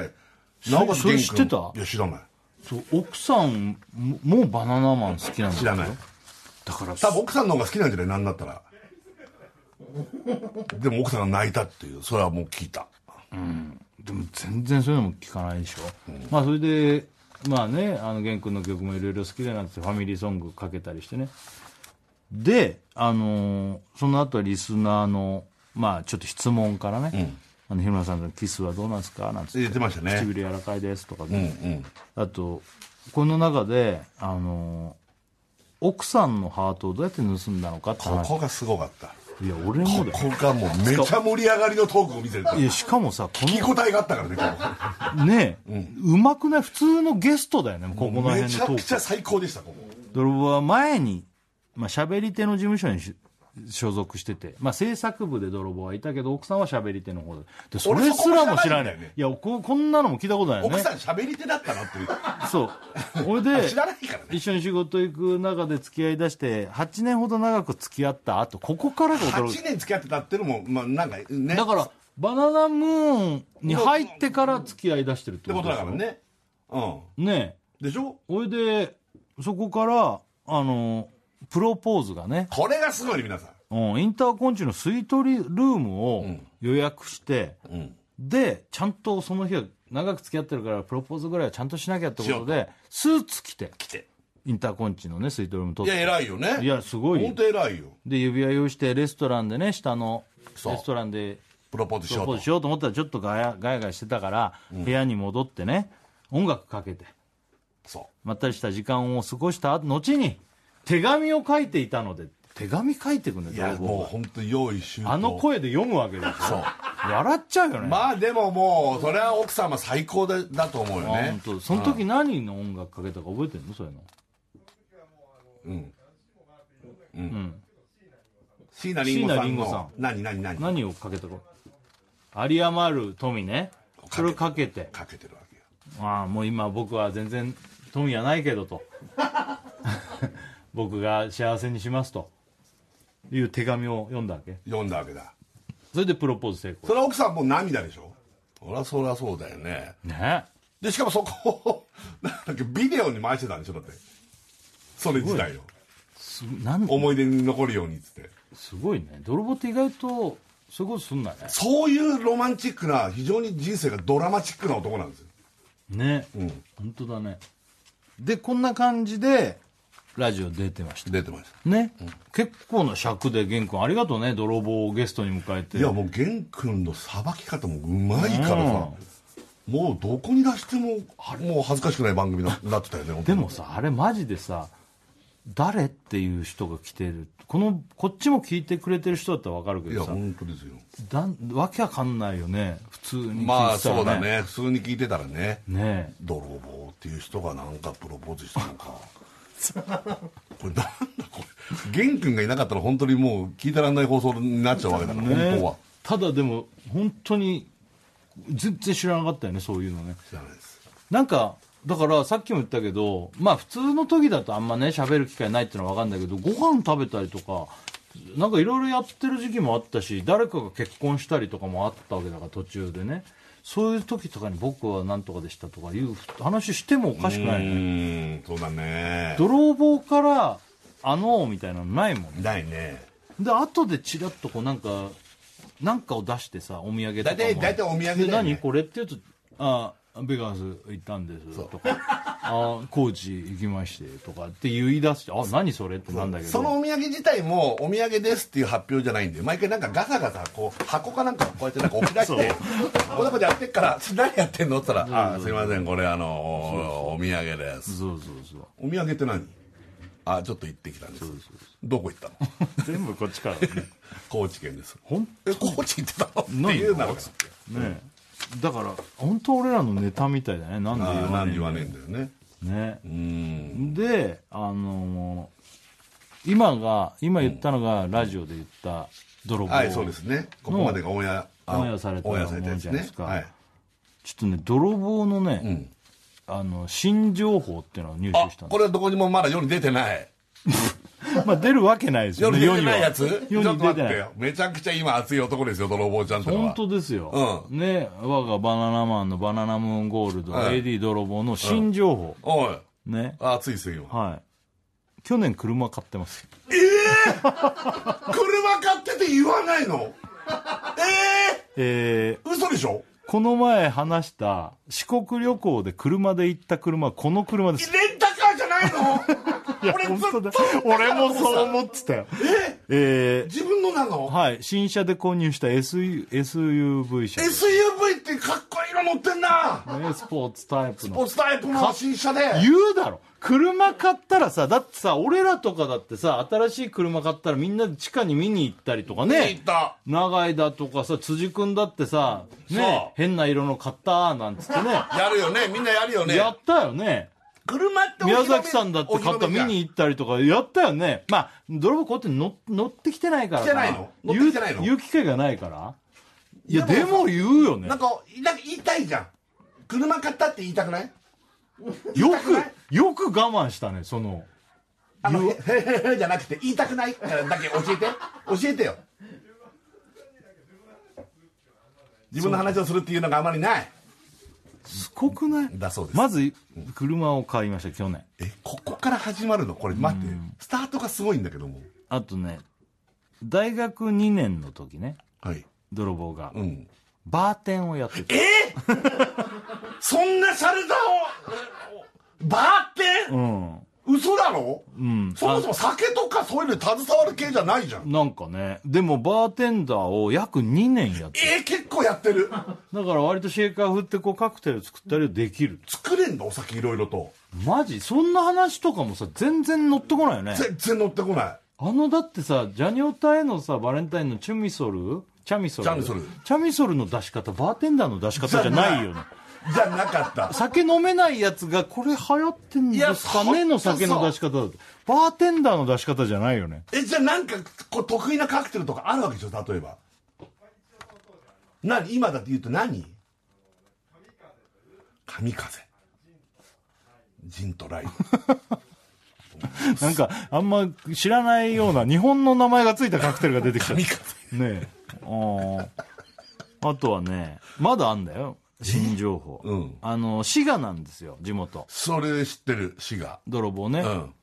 Speaker 2: なおかつ
Speaker 1: それ
Speaker 2: 玄君
Speaker 1: 知ってた
Speaker 2: いや知らない
Speaker 1: そう奥さんももうバナナマン好きなんだ
Speaker 2: 知らない
Speaker 4: だから
Speaker 2: 多分奥さんの方が好きなんじゃないなんだったらでも奥さんが泣いたっていうそれはもう聞いた
Speaker 1: でも全然そういうのも聞かないでしょ、まあそれでまあねあの玄君の曲もいろいろ好きだなってファミリーソングかけたりしてねであのーその後はリスナーのまあちょっと質問からね、あの日村さんのキスはどうなんですかなんつって
Speaker 2: 言ってましたね
Speaker 1: 唇柔らかいですとか
Speaker 2: うんう
Speaker 1: ね、
Speaker 2: ん
Speaker 1: あとこの中であのー奥さんのハートをどうやって盗んだのかって
Speaker 2: こ
Speaker 1: 話
Speaker 2: こがすごかった
Speaker 1: いや俺も
Speaker 2: こ
Speaker 1: だよ
Speaker 2: こがもうめちゃ盛り上がりのトークを見せるから
Speaker 1: い
Speaker 2: 聞
Speaker 1: やしかもさこの
Speaker 2: き応えがあったからね
Speaker 1: ねえ、うまくない普通のゲストだよねここ
Speaker 2: ここ
Speaker 1: の
Speaker 2: め
Speaker 1: 辺のト
Speaker 2: ちゃく
Speaker 1: ー
Speaker 2: ち
Speaker 1: ク
Speaker 2: ゃ最高でしたここ
Speaker 1: 俺は前に、まあ、喋り手の事務所にし所属してて、まあ、制作部で泥棒はいたけど奥さんは喋り手の方ででそれすらも知
Speaker 2: 俺そこ知らない
Speaker 1: らない
Speaker 2: んだよね
Speaker 1: いやここんなのも聞いたことないよね
Speaker 2: 奥さん喋り手だったなっていう
Speaker 1: そう俺 で
Speaker 2: 知らないからね
Speaker 1: 一緒に仕事行く中で付き合いだして8年ほど長く付き合った後ここからが驚
Speaker 2: 8
Speaker 1: き
Speaker 2: 年付き合ってたっていうのもまあなんかね
Speaker 1: だからバナナムーンに入ってから付き合いだしてるっ
Speaker 2: って
Speaker 1: て
Speaker 2: こ
Speaker 1: ことと
Speaker 2: だ
Speaker 1: で
Speaker 2: からねうん
Speaker 1: すよねえ
Speaker 2: でしょ
Speaker 1: ほいでそこからあのプロポーズがね、
Speaker 2: これがすごいね皆さん
Speaker 1: うん、インターコンチのスイートリルームを予約して、
Speaker 2: ん
Speaker 1: でちゃんとその日は長く付き合ってるからプロポーズぐらいはちゃんとしなきゃってことでスーツ着て
Speaker 2: 来て
Speaker 1: インターコンチのねスイートルーム撮っ
Speaker 2: いや
Speaker 1: て
Speaker 2: 偉いよね
Speaker 1: いやすごいよ
Speaker 2: 本当偉いよ
Speaker 1: で指輪用意してレストランでね下のレ
Speaker 2: そう
Speaker 1: ストランで
Speaker 2: プロポーズし
Speaker 1: プロ
Speaker 2: よう
Speaker 1: ポー
Speaker 2: と
Speaker 1: ズしようと思ったらちょっとガヤガヤガヤしてたから、部屋に戻ってね音楽かけて
Speaker 2: そ
Speaker 1: まったりした時間を過ごした後に手紙を書いていたので手紙書いてくん
Speaker 2: うい
Speaker 1: だ
Speaker 2: や
Speaker 1: よ
Speaker 2: もう本当用意周到
Speaker 1: あの声で読むわけでし
Speaker 2: そう
Speaker 1: ょ笑っちゃうよね、
Speaker 2: まあでももうそれは奥様最高だだと思うよ
Speaker 1: あ
Speaker 2: ね
Speaker 1: 本当その時何の音楽かけたか覚えてるのそういうの
Speaker 2: うん
Speaker 1: うん
Speaker 2: 椎名林檎さん
Speaker 1: 椎名林檎さ
Speaker 2: の
Speaker 1: ん
Speaker 2: 何何何
Speaker 1: 何をかけたか有り余る富ねそれをかけて
Speaker 2: かけてるわけよ
Speaker 1: ああもう今僕は全然富はないけどと 僕が幸せにしますという手紙を読んだわけ
Speaker 2: 読んだわけだ
Speaker 1: それでプロポーズ成功
Speaker 2: それは奥さんもう涙でしょそりゃそりゃそうだよね
Speaker 1: ね
Speaker 2: でしかもそこを なんだっけビデオに回してたんでしょだってそれ自体を
Speaker 1: すなん
Speaker 2: 思い出に残るようにっつって
Speaker 1: すごいね泥棒って意外とそういうことすんだね
Speaker 2: そういうロマンチックな非常に人生がドラマチックな男なんですよ
Speaker 1: ね、本当だねでこんな感じでラジオ出てました
Speaker 2: 出てまし
Speaker 1: ね、結構な尺で玄君ありがとうね泥棒をゲストに迎え
Speaker 2: た
Speaker 1: て
Speaker 2: いやもう玄君のさばき方もうまいからさ、もうどこに出してももう恥ずかしくない番組にななってたよね本当
Speaker 1: で
Speaker 2: に
Speaker 1: もさあれマジでさ誰っていう人が来てるこのこっちも聞いてくれてる人だったら分かるけ
Speaker 2: いや
Speaker 1: どさ
Speaker 2: 本当ですよ
Speaker 1: だんわけわかんないよね普通に聞いてたら、ね、
Speaker 2: まあそうだね普通に聞いてたらね
Speaker 1: ねえ
Speaker 2: 泥棒っていう人がなんかプロポーズしたの かこれなんだこれ玄君がいなかったら本当にもう聞いてらんない放送になっちゃうわけだから、本当は
Speaker 1: ねただでも本当に全然知らなかったよねそういうのね
Speaker 2: 知らないです
Speaker 1: なんかだからさっきも言ったけどまあ普通の時だとあんまね喋る機会ないってのは分かんないけどご飯食べたりとかなんかいろいろやってる時期もあったし誰かが結婚したりとかもあったわけだから途中でねそういう時とかに僕は何とかでしたとかいう話してもおかしく
Speaker 2: う
Speaker 1: ないよね
Speaker 2: ーんそうだね
Speaker 1: 泥棒からあのみたいなのないもんね
Speaker 2: ないね
Speaker 1: で後でチラッとこうなんかなんかを出してさお土産とかも
Speaker 2: 大体大体お土産だよね
Speaker 1: で何これって言うと「ああベガス行ったんです」とか「ああ高知行きまして」とかって言い出して「あ何それ?」ってなんだけど
Speaker 2: そのお土産自体もお土産ですっていう発表じゃないんで毎回なんかガサガサこう箱かなんかこうやってなんか置き出してこんなことやってっから「何やってんの?」って言ったら「あすいませんこれあのおお土産です
Speaker 1: そうそうそう」
Speaker 2: お土産って何あちょっと行ってきたんですどこ行ったの
Speaker 1: 全部こっちからね
Speaker 2: 高知県です
Speaker 1: ほん
Speaker 2: え高知行ってたのって
Speaker 1: ない
Speaker 2: いうなら
Speaker 1: ねだから本当俺らのネタみたいだねなんで
Speaker 2: あー
Speaker 1: 言わ
Speaker 2: なん
Speaker 1: ね
Speaker 2: で言わねえんだよね
Speaker 1: えね
Speaker 2: うーん
Speaker 1: であのー今が今言ったのがラジオで言った泥棒、
Speaker 2: はいそうですねここまでがオンエアあ
Speaker 1: オンエアされた
Speaker 2: オンエアされたやつ
Speaker 1: ものじゃない
Speaker 2: ね
Speaker 1: ですか
Speaker 2: はい
Speaker 1: ちょっとね泥棒のね、
Speaker 2: ん
Speaker 1: あの新情報っていうのを入
Speaker 2: あ
Speaker 1: 手したんで
Speaker 2: これはどこにもまだ世に出てない
Speaker 1: まあ出るわけないですよ
Speaker 2: 夜
Speaker 1: ね
Speaker 2: に出て
Speaker 1: 世には
Speaker 2: ないやつ
Speaker 1: 世
Speaker 2: ちょっ
Speaker 1: に
Speaker 2: と
Speaker 1: 出
Speaker 2: 待
Speaker 1: て
Speaker 2: っ
Speaker 1: な
Speaker 2: て
Speaker 1: い
Speaker 2: よめちゃくちゃ今熱い男ですよ泥棒ちゃんってのは
Speaker 1: 本当ですよ、
Speaker 2: う
Speaker 1: ね我がバナナマンのバナナムーンゴールド、
Speaker 2: はい
Speaker 1: AD 泥棒の新情報、
Speaker 2: おい
Speaker 1: ね
Speaker 2: 熱いっすよ今
Speaker 1: はい去年車買ってます
Speaker 2: 車買ってて言わないのえ
Speaker 1: え
Speaker 2: えー、嘘でしょ
Speaker 1: ーこの前話した四国旅行で車で行った車はこの車です
Speaker 2: レンタカーじゃないの俺ず
Speaker 1: 本
Speaker 2: っと
Speaker 1: 当だ俺もそう思ってたよ
Speaker 2: え
Speaker 1: え
Speaker 2: 自分のなの
Speaker 1: ーはい新車で購入した SU SUV 車
Speaker 2: SUV ってかっこいいの乗ってんな
Speaker 1: ねスポーツタイプの
Speaker 2: ポスタイプの新車で
Speaker 1: 言うだろ車買ったらさだってさ俺らとかだってさ新しい車買ったらみんなで地下に見に行ったりとか
Speaker 2: 行
Speaker 1: ね
Speaker 2: った
Speaker 1: 長井だとかさ辻君だってさ
Speaker 2: そ
Speaker 1: ね
Speaker 2: う
Speaker 1: 変な色の買ったーなんつってね
Speaker 2: やるよねみんなやるよね
Speaker 1: やったよね
Speaker 2: 車ってお披露
Speaker 1: 宮
Speaker 2: 目
Speaker 1: 崎さんだって買った
Speaker 2: お披露
Speaker 1: 見
Speaker 2: 目じゃん
Speaker 1: に行ったりとかやったよねまあ泥棒こうやって乗乗ってきてないから
Speaker 2: 来てないの乗って
Speaker 1: 言
Speaker 2: き
Speaker 1: う
Speaker 2: てないの
Speaker 1: 言う機会がないからいや
Speaker 2: で
Speaker 1: で
Speaker 2: も
Speaker 1: も言うよね
Speaker 2: なんかなんか言いたいじゃん車買ったって言いたくない
Speaker 1: よ
Speaker 2: たくない
Speaker 1: くよく我慢したねその
Speaker 2: あのへへへへじゃなくて言いたくないからだけ教えて教えてよ自分の話をするっていうのがあまりない
Speaker 1: すごくない
Speaker 2: だそうです
Speaker 1: まず車を買いました去年
Speaker 2: えここから始まるのこれ待ってスタートがすごいんだけども
Speaker 1: あとね大学2年の時ね
Speaker 2: はい
Speaker 1: 泥棒が、
Speaker 2: うん
Speaker 1: バーテンをやってて、
Speaker 2: そんなシャレだをバーテン、
Speaker 1: うん、
Speaker 2: 嘘だろ、そもそも酒とかそういうのに携わる系じゃないじゃん
Speaker 1: なんかねでもバーテンダーを約2年やって
Speaker 2: えー、結構やってる
Speaker 1: だから割とシェイカー振ってこうカクテル作ったりできる
Speaker 2: 作れんだお酒いろいろと
Speaker 1: マジそんな話とかもさ全然乗ってこないよね
Speaker 2: 全然乗ってこない
Speaker 1: あのだってさジャニオタへのさバレンタインのチュミソルチャミソル
Speaker 2: チャミソル
Speaker 1: チャミソルの出し方バーテンダーの出し方じゃないよね
Speaker 2: じゃなかった
Speaker 1: 酒飲めないやつがこれ流行ってんですかねの酒の出し方だってバーテンダーの出し方じゃないよね
Speaker 2: えじゃあなんかこう得意なカクテルとかあるわけでしょ例えば何今だって言うと何神風ジンとライム
Speaker 1: なんかあんま知らないような日本の名前がついたカクテルが出てきた
Speaker 2: 神風
Speaker 1: ねえ。あーあとはね、まだあんだよ。新情報。
Speaker 2: うん
Speaker 1: あの、滋賀なんですよ、地元。
Speaker 2: それ知ってる滋賀
Speaker 1: 泥棒ね。
Speaker 2: うん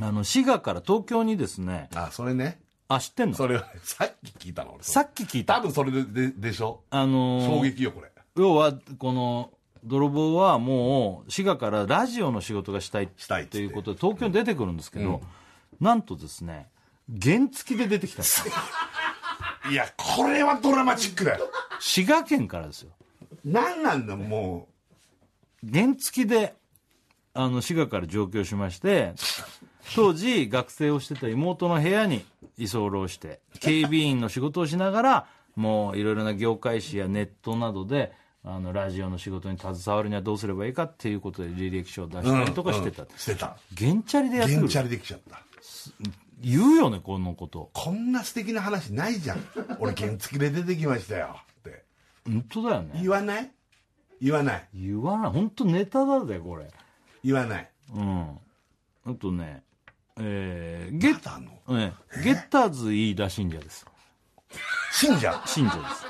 Speaker 1: あの、滋賀から東京にですね、
Speaker 2: あそれね
Speaker 1: あ、知ってんの
Speaker 2: それはさっき聞いたの俺
Speaker 1: さっき聞い
Speaker 2: 多
Speaker 1: た。
Speaker 2: 分それでででしょ
Speaker 1: あのー
Speaker 2: 衝撃よこれ
Speaker 1: 要は、この、泥棒はもう、滋賀からラジオの仕事がしたいっ
Speaker 2: したいっつって
Speaker 1: ていうことで、東京に出てくるんですけど、なんとですね、原付きで出てきたんですよ
Speaker 2: いやこれはドラマチックだよ
Speaker 1: 滋賀県からですよ。
Speaker 2: 何なんだも
Speaker 1: 原付きであの滋賀から上京しまして当時学生をしてた妹の部屋に居候して警備員の仕事をしながらもういろいろな業界誌やネットなどであのラジオの仕事に携わるにはどうすればいいかっていうことで履歴書を出
Speaker 2: う、
Speaker 1: したりとかしてた、
Speaker 2: うんうんしてた
Speaker 1: 原チャリでやってく
Speaker 2: 原
Speaker 1: る
Speaker 2: チャリできちゃった
Speaker 1: 言うよねこのこと
Speaker 2: こんな素敵な話ないじゃん俺原付で出てきましたよって
Speaker 1: 本当だよね
Speaker 2: 言わない言わない
Speaker 1: 言わない本当ネタだぜこれ
Speaker 2: 言わない
Speaker 1: うんあとねえー、ゲッ
Speaker 2: まだあの
Speaker 1: ええゲッターズ飯田信者です
Speaker 2: 信者
Speaker 1: 信者です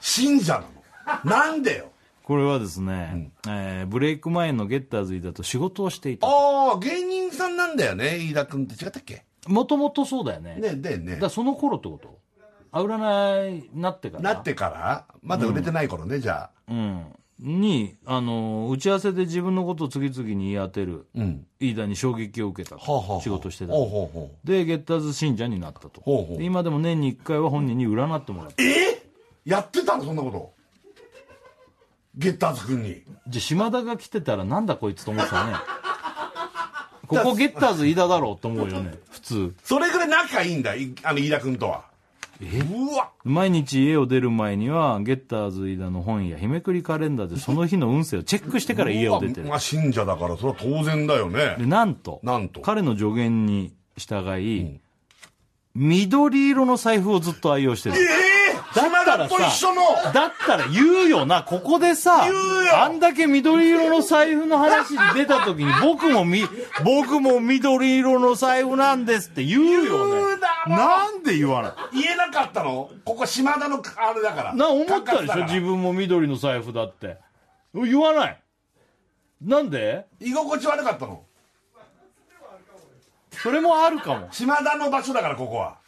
Speaker 2: 信者なのなんでよ
Speaker 1: これはですね、えーブレイク前のゲッターズ飯田と仕事をしていた
Speaker 2: ああ芸人さんなんだよね飯田君って違ったっけ
Speaker 1: もともとそうだよね
Speaker 2: ねでね
Speaker 1: だからその頃ってことあ占いになってから
Speaker 2: なってからまだ売れてない頃ね、じゃあ
Speaker 1: うんにあの打ち合わせで自分のことを次々に言い当てる
Speaker 2: うん
Speaker 1: 飯田に衝撃を受けた
Speaker 2: はあはあはあ
Speaker 1: 仕事してた
Speaker 2: ほうほうほ
Speaker 1: でゲッターズ信者になったと
Speaker 2: ほうほう
Speaker 1: で今でも年に1回は本人に占ってもらって
Speaker 2: うえやってたのそんなことゲッターズ君に
Speaker 1: じゃあ島田が来てたらなんだこいつと思っ てたねここゲッターズ飯田だろうと思うよね普通
Speaker 2: それぐらい仲いいんだいあの飯田君とはうわ
Speaker 1: 毎日家を出る前にはゲッターズ飯田の本や日めくりカレンダーでその日の運勢をチェックしてから家を出てる
Speaker 2: まあ信者だからそれは当然だよね
Speaker 1: でなんと
Speaker 2: なんと
Speaker 1: 彼の助言に従い、緑色の財布をずっと愛用してる
Speaker 2: ええ
Speaker 1: だった
Speaker 2: 島田
Speaker 1: ら
Speaker 2: と
Speaker 1: さ
Speaker 2: 一緒の
Speaker 1: だったら言うよなここでさ
Speaker 2: うよ
Speaker 1: あんだけ緑色の財布の話出た時に僕もみ僕も緑色の財布なんですって言うよ
Speaker 2: 言
Speaker 1: ね
Speaker 2: うだろ
Speaker 1: なんで言わない
Speaker 2: 言えなかったのここ島田のあれだから
Speaker 1: な思った
Speaker 2: 管轄だ
Speaker 1: でし
Speaker 2: か
Speaker 1: ょ
Speaker 2: ら
Speaker 1: 自分も緑の財布だって言わないなんで
Speaker 2: 居心地悪かったの
Speaker 1: それもあるかも。
Speaker 2: 島田の場所だからここは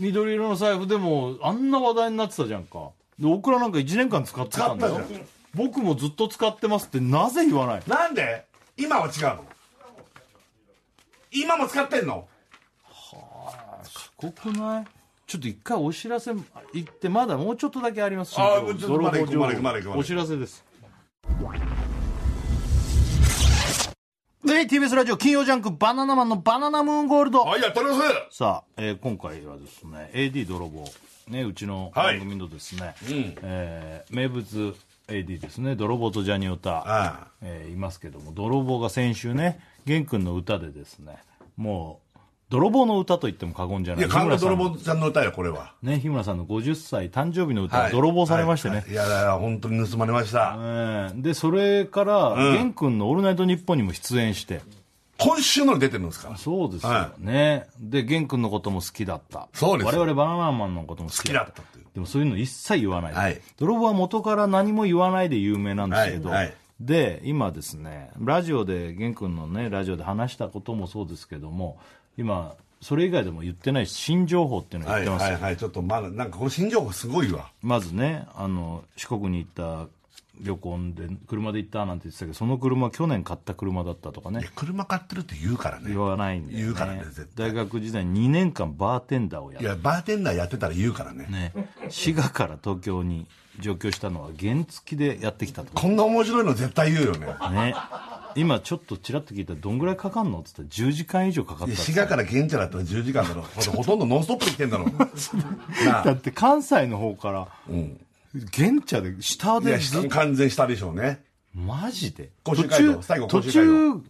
Speaker 1: 緑色の財布でも、あんな話題になってたじゃんか。で、オクラなんか1年間使ってたんだよ
Speaker 2: 使ったじゃん。
Speaker 1: 僕もずっと使ってますってなぜ言わない
Speaker 2: なんで今は違うの今も使ってんの
Speaker 1: 濃くないちょっと一回お知らせ行ってまだもうちょっとだけあります
Speaker 2: あー
Speaker 1: 新
Speaker 2: もう
Speaker 1: 規
Speaker 2: ちょっとまだ行く
Speaker 1: 泥棒
Speaker 2: まだ行くまだ行くまだ行く
Speaker 1: お知らせですで TBS ラジオ金曜ジャンク「バナナマンのバナナムーンゴールド」
Speaker 2: あいやっております
Speaker 1: さあ、えー今回はですね AD 泥棒、ね、うちの
Speaker 2: はい
Speaker 1: 番組のですね、
Speaker 2: ん
Speaker 1: えー名物 AD ですね泥棒とジャニオタ
Speaker 2: ああ
Speaker 1: えーいますけども泥棒が先週ね玄君の歌でですねもう泥棒の歌と言っても過言じゃないい
Speaker 2: や神田
Speaker 1: 日村
Speaker 2: 泥
Speaker 1: さん
Speaker 2: 棒さんの歌よこれは
Speaker 1: ね、日村さんの50歳誕生日の歌
Speaker 2: は
Speaker 1: が
Speaker 2: い
Speaker 1: 泥棒されましてね、
Speaker 2: はいいやいや本当に盗まれました
Speaker 1: えーでそれから
Speaker 2: ん
Speaker 1: 玄、君の「オールナイトニッポン」にも出演して
Speaker 2: 今週のに出てるんですから
Speaker 1: そうですよ
Speaker 2: は
Speaker 1: ね、で玄君のことも好きだった
Speaker 2: そうですよ
Speaker 1: 我々バナナマンのことも好きだった
Speaker 2: 好きだったっていう
Speaker 1: でもそういうの一切言わない、
Speaker 2: はい
Speaker 1: 泥棒は元から何も言わないで有名なんですけど、
Speaker 2: はいはい
Speaker 1: で今ですねラジオで玄君のねラジオで話したこともそうですけども今それ以外でも言ってない新情報っていうのを
Speaker 2: は
Speaker 1: 言
Speaker 2: い
Speaker 1: ってますよ、
Speaker 2: はいはいちょっとまだなんかこの新情報すごいわ
Speaker 1: まずねあの四国に行った旅行で車で行ったなんて言ってたけどその車去年買った車だったとか
Speaker 2: い
Speaker 1: ね
Speaker 2: や車買ってるって言うからね
Speaker 1: 言わないんだよ、ね、
Speaker 2: 言うからね絶対
Speaker 1: 大学時代2年間バーテンダーをや
Speaker 2: い
Speaker 1: って
Speaker 2: やバーテンダーやってたら言うからね
Speaker 1: ね滋賀から東京に上京したのは原付でやってきたとか
Speaker 2: こんな面白いの絶対言うよね
Speaker 1: ね今ちょっとちらっと聞いたらどんぐらいかかんのって言ったら10時間以上かかっ
Speaker 2: い
Speaker 1: た
Speaker 2: や
Speaker 1: っ
Speaker 2: 滋賀から現地だったら10時間だろほほとんどノンストップで来てんだ ろな
Speaker 1: だ
Speaker 2: あ
Speaker 1: って関西の方から
Speaker 2: うん
Speaker 1: 現茶で下
Speaker 2: い
Speaker 1: で
Speaker 2: や
Speaker 1: ずっと
Speaker 2: 完全したでしょうね
Speaker 1: マジで
Speaker 2: 甲
Speaker 1: 途
Speaker 2: 州街道
Speaker 1: 中
Speaker 2: 最後
Speaker 1: 途
Speaker 2: 甲州街
Speaker 1: 中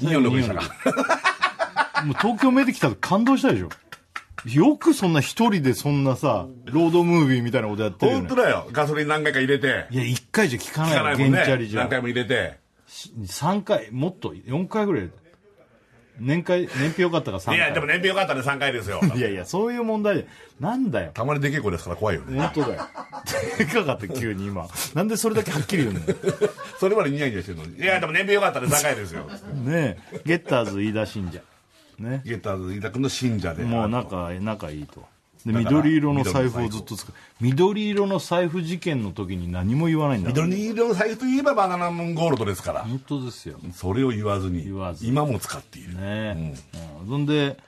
Speaker 2: イオンの上から
Speaker 1: もう東京目で来たら感動したでしょ。よくそんな一人でそんなさ、ロードムービーみたいなことやってるよ、
Speaker 2: 本
Speaker 1: ね
Speaker 2: 当。だよガソリン何回か入れて
Speaker 1: いや、一回じゃ聞か
Speaker 2: 聞かな
Speaker 1: ないい
Speaker 2: も
Speaker 1: よ、
Speaker 2: ん
Speaker 1: 現チャ
Speaker 2: ね
Speaker 1: リじゃ
Speaker 2: 何回。も入れて
Speaker 1: 3回、もっと4回ぐらい。年会、年表よかったから3
Speaker 2: い
Speaker 1: 回。
Speaker 2: やでも燃費良かったね3回ですよ
Speaker 1: いやいや、そういう問題で。なんだよ。
Speaker 2: たまにでけえ子ですから怖いよね
Speaker 1: 本当だよ。でかかった、急に今。なんでそれだけはっきり言うのよ
Speaker 2: それまでニヤニヤしてるのにいやでも燃費良かったね3回 ですよ
Speaker 1: ねえ。ゲッターズ飯田信者。ね。
Speaker 2: ゲッターズ飯田君の信者で
Speaker 1: もう
Speaker 2: な
Speaker 1: 仲仲いいとで緑色の財布をずっと使う緑色の財布事件の時に何も言わないんだ
Speaker 2: 緑色の財布といえばバナナムーンゴールドですから
Speaker 1: 本当ですよね
Speaker 2: それを言わずに
Speaker 1: 言わず
Speaker 2: 今も使っている、
Speaker 1: え、うんそんで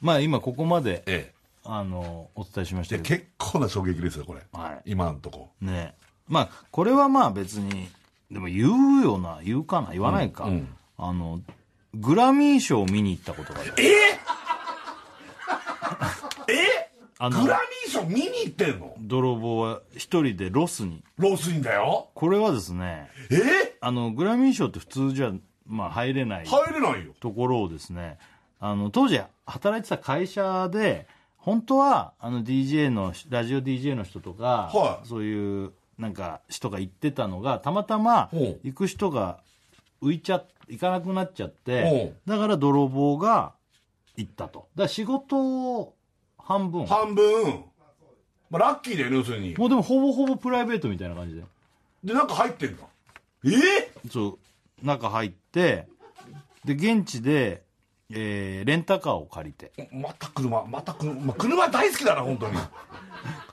Speaker 1: まあ今ここまで、
Speaker 2: え
Speaker 1: あのお伝えしまし
Speaker 2: えで
Speaker 1: たけど
Speaker 2: 結構な衝撃ですよこれ、
Speaker 1: はい
Speaker 2: 今のとこ
Speaker 1: ねえまあこれはまあ別にでも言うよな言うかな言わないか、あのグラミー賞を見に行ったことがある
Speaker 2: え え
Speaker 1: あ
Speaker 2: グ
Speaker 1: の
Speaker 2: ラミー賞見に行ってんの
Speaker 1: 泥棒は一人でロスに
Speaker 2: ロスインだよ
Speaker 1: これはですね
Speaker 2: え
Speaker 1: あのグラミー賞って普通じゃまあ入れない
Speaker 2: 入れないよ
Speaker 1: ところをですねあの当時働いてた会社で本当はあの DJ のラジオ DJ の人とか、
Speaker 2: はい
Speaker 1: そういうなんか人が行ってたのがたまたま
Speaker 2: ほう
Speaker 1: 行く人が浮いちゃ行かなくなっちゃっ
Speaker 2: ほ
Speaker 1: て
Speaker 2: う
Speaker 1: だから泥棒が行ったとだから仕事を半分
Speaker 2: 半分、まあ、ラッキーだよね要するに
Speaker 1: もうでもほぼほぼプライベートみたいな感じで
Speaker 2: でなんか入ってんだえ
Speaker 1: そう中入ってで現地で、えーレンタカーを借りて
Speaker 2: また車また車、まあ、車大好きだな本当に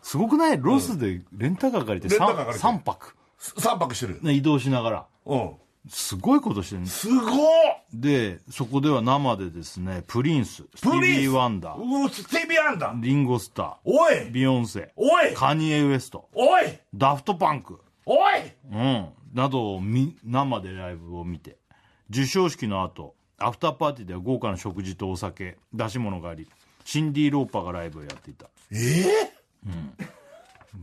Speaker 1: すごくないロスでレンタカー借りて
Speaker 2: レンタ
Speaker 1: 3,
Speaker 2: カー借りて
Speaker 1: 泊、
Speaker 2: 3泊してる
Speaker 1: ね、移動しながら
Speaker 2: うん
Speaker 1: すごいことしてるんです
Speaker 2: すごっ
Speaker 1: でそこでは生でですねプリンススティ
Speaker 2: プリ
Speaker 1: ー
Speaker 2: ン
Speaker 1: ビ
Speaker 2: ス
Speaker 1: ー・ワンダー
Speaker 2: うわスティービー・アンダー
Speaker 1: リンゴ・スタ
Speaker 2: お
Speaker 1: ー
Speaker 2: い
Speaker 1: ビヨンセ
Speaker 2: おい
Speaker 1: カニエ・ウエスト
Speaker 2: おい
Speaker 1: ダフトパンク、
Speaker 2: おい
Speaker 1: うん、などを見生でライブを見て授賞式の後アフターパーティーでは豪華な食事とお酒出し物がありシンディ・ローパーがライブをやっていた
Speaker 2: え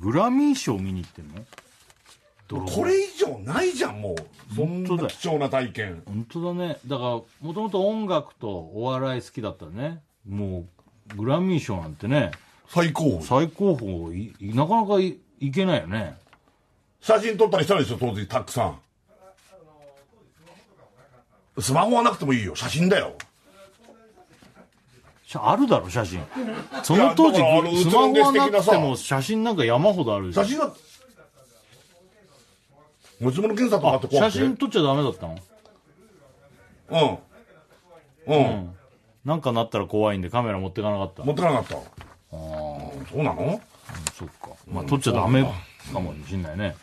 Speaker 1: グラミー賞見に行ってんの
Speaker 2: ー、これ以上ないじゃんもうそん
Speaker 1: 本当
Speaker 2: な
Speaker 1: だよ
Speaker 2: 貴重な体験
Speaker 1: 本当だねだからもともと音楽とお笑い好きだったねもうグラミー賞なんてね
Speaker 2: 最高
Speaker 1: 最高峰いいなかなかいいけないよね
Speaker 2: 写真撮ったりしたでしょ当時たくさんスマホはなくてもいいよ写真だよ
Speaker 1: しあるだろ写真その当時
Speaker 2: いやだからあの
Speaker 1: スマホ
Speaker 2: 写ルで
Speaker 1: はな
Speaker 2: す的なさ
Speaker 1: くても写真なんか山ほどあるじゃ
Speaker 2: 写
Speaker 1: ん
Speaker 2: 真は持ち物検査とかあ
Speaker 1: あ
Speaker 2: って怖くて
Speaker 1: 写真撮っちゃダメだったの
Speaker 2: うんうん。
Speaker 1: なんかなったら怖いんでカメラ持ってかなかった。
Speaker 2: 持ってかなかった。ああ、そうなの
Speaker 1: そっか。まあ、撮っちゃダメかもしんないね。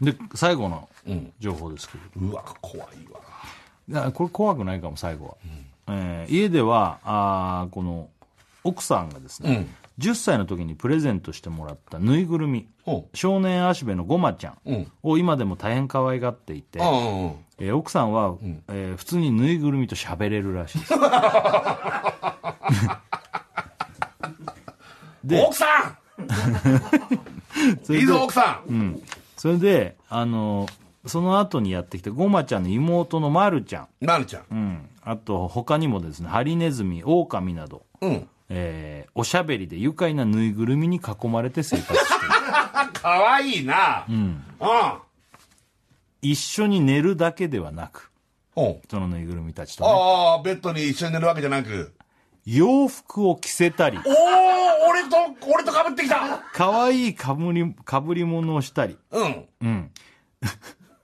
Speaker 1: で、最後の
Speaker 2: うん。
Speaker 1: 情報ですけど。
Speaker 2: うわ、怖いわ。
Speaker 1: いやこれ怖くないかも、最後は。えー家では、あーこの、奥さんがですね、10歳の時にプレゼントしてもらったぬいぐるみ、
Speaker 2: うん。
Speaker 1: 少年足部のごまちゃ
Speaker 2: うんん
Speaker 1: を今でも大変可愛がっていて、
Speaker 2: うんうん。
Speaker 1: えー奥さんは、えー普通にぬいぐるみと喋れるらしいです。 で
Speaker 2: 奥さ
Speaker 1: そ
Speaker 2: ん
Speaker 1: れ
Speaker 2: いい
Speaker 1: で
Speaker 2: ぞ、奥さん、
Speaker 1: それで、あの、その後にやってきたごまちゃんの妹のまるちゃん、
Speaker 2: なるちゃん。
Speaker 1: うん、あと他にもですね、ハリネズミ、オオカミなど、
Speaker 2: うん。
Speaker 1: えーおしゃべりで愉快なぬいぐるみに囲まれて生活している
Speaker 2: かわいいな。うん。あ
Speaker 1: 一緒に寝るだけではなく、
Speaker 2: あ。うん。
Speaker 1: そのぬいぐるみたちと、ね、
Speaker 2: ああ、ベッドに一緒に寝るわけじゃなく。
Speaker 1: 洋服を着せたり、
Speaker 2: おお俺と、俺と被ってきた
Speaker 1: 可愛いかぶり、かぶり物をしたり、
Speaker 2: うん。
Speaker 1: うん。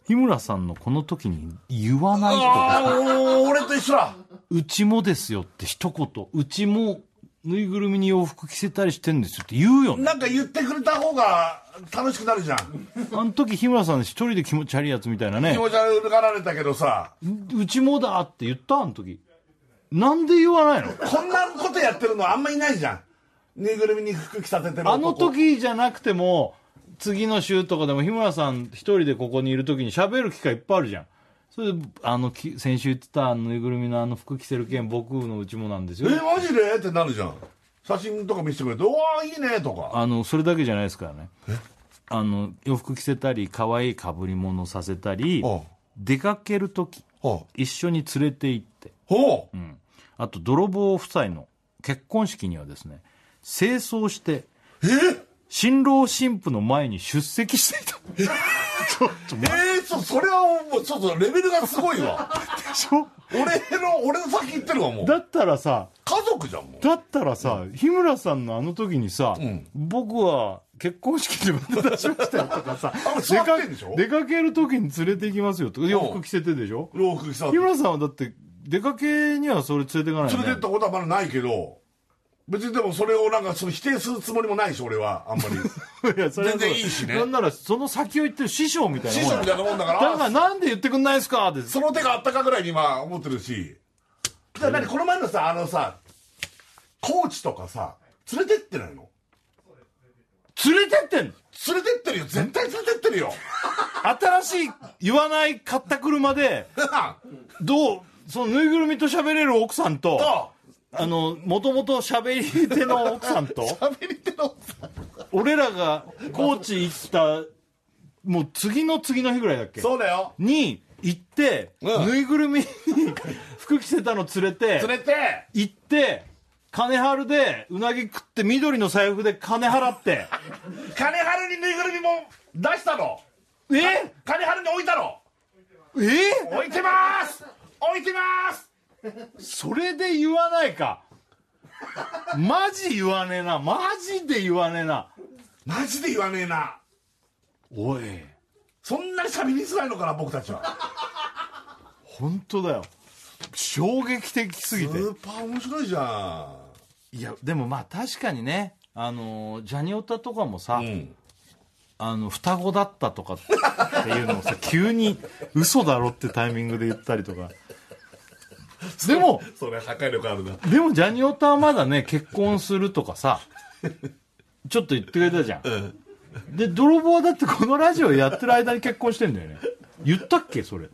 Speaker 1: 日村さんのこの時に言わないと
Speaker 2: あ
Speaker 1: か、
Speaker 2: あ、おー俺と一緒だ。
Speaker 1: うちもですよって一言、うちもぬいぐるみに洋服着せたりしてんですよって言うよね。
Speaker 2: なんか言ってくれた方が楽しくなるじゃん。
Speaker 1: あの時日村さん一人で気持ち悪いやつみたいなね
Speaker 2: 気、持ち悪がられたけどさ、
Speaker 1: うちもだって言ったあの時。なんで言わないの
Speaker 2: こんなことやってるのあんまいないじゃん。ぬいぐるみに服着させてる男
Speaker 1: あの時じゃなくても、次の週とかでも日村さん一人でここにいる時に喋る機会いっぱいあるじゃん。それで、あの、き先週言ってたぬいぐるみのあの服着せる件僕のうちもなんです
Speaker 2: え、
Speaker 1: よ。
Speaker 2: マジでってなるじゃん。写真とか見せてくれて、うわーいいねとか。
Speaker 1: あの、それだけじゃないですからね。あの、洋服着せたり、可愛い被り物させたり
Speaker 2: ああ、
Speaker 1: 出かける時、
Speaker 2: はあ、
Speaker 1: 一緒に連れて行って、
Speaker 2: ほう、
Speaker 1: うんあと泥棒夫妻の結婚式にはですね清掃して新郎新婦の前に出席していた
Speaker 2: えー、そ、それはもう、ちょっとレベルがすごいわ。 俺の、俺の先行ってるわ、もう。
Speaker 1: だったらさ
Speaker 2: 家族じゃん、もう。
Speaker 1: だったらさ、日村さんのあの時にさ、僕は結婚式でまた出しましたよとかさ
Speaker 2: あれ
Speaker 1: 出
Speaker 2: 座
Speaker 1: か
Speaker 2: ってんでしょ
Speaker 1: 出かける時に連れて行きますよとか洋服着せてでしょ
Speaker 2: 洋服着させ
Speaker 1: 日
Speaker 2: て。
Speaker 1: 村さんはだって出かけにはそれ連れていかない
Speaker 2: 連
Speaker 1: よね
Speaker 2: れてったことはまだないけど、別にでもそれをなんか、その否定するつもりもないし、俺は、あんまり。
Speaker 1: いやそれはそ
Speaker 2: 全
Speaker 1: う
Speaker 2: 然いいしね
Speaker 1: なんならその先を言ってる師匠みたい
Speaker 2: 師
Speaker 1: なも
Speaker 2: 匠
Speaker 1: んだ
Speaker 2: みたいなもんだか
Speaker 1: だから
Speaker 2: ら、
Speaker 1: なんで言ってくんないですかって
Speaker 2: その手があったかぐらいに今思ってるし。じゃあ何、この前のさ、あのさ、コーチとかさ、連れてってないの
Speaker 1: 連れてってんの
Speaker 2: 連れてってるよ、絶対連れてって るよ。
Speaker 1: 新しい言わない買った車でどうそのぬいぐるみと喋れる奥さんと
Speaker 2: と、
Speaker 1: あのもともと喋り手の奥さんと
Speaker 2: 喋り手のさ
Speaker 1: 俺らが高知行ったもう次の次の日ぐらいだっけ
Speaker 2: そうだよ。
Speaker 1: に行って、
Speaker 2: うん
Speaker 1: ぬいぐるみに服着せたの連れて
Speaker 2: 連れて、
Speaker 1: 行って金張るでうなぎ食って緑の財布で金払 って
Speaker 2: 金春にぬいぐるみも出したの。
Speaker 1: え
Speaker 2: 金春に置いたの。
Speaker 1: え
Speaker 2: 置いてます置いてます
Speaker 1: それで言わないかマジ言わねえなマジで言わねえな
Speaker 2: マジで言わねえな。
Speaker 1: おい
Speaker 2: そんなに喋りづらいのかな、僕たちは。
Speaker 1: 本当だよ衝撃的すぎ
Speaker 2: ス
Speaker 1: て
Speaker 2: ーパー面白いじゃ
Speaker 1: いやでもまあ確かにねあのージャニオタとかもさ、
Speaker 2: ん。うん。
Speaker 1: あの双子だったとかっていう のをさ急に嘘だろってタイミングで言ったりとかでも
Speaker 2: それ破壊力あ るな。
Speaker 1: でもジャニオタはまだね結婚するとかさちょっと言ってくれたじゃん、で泥棒はだってこのラジオやってる間に結婚してんだよね言ったっけそれ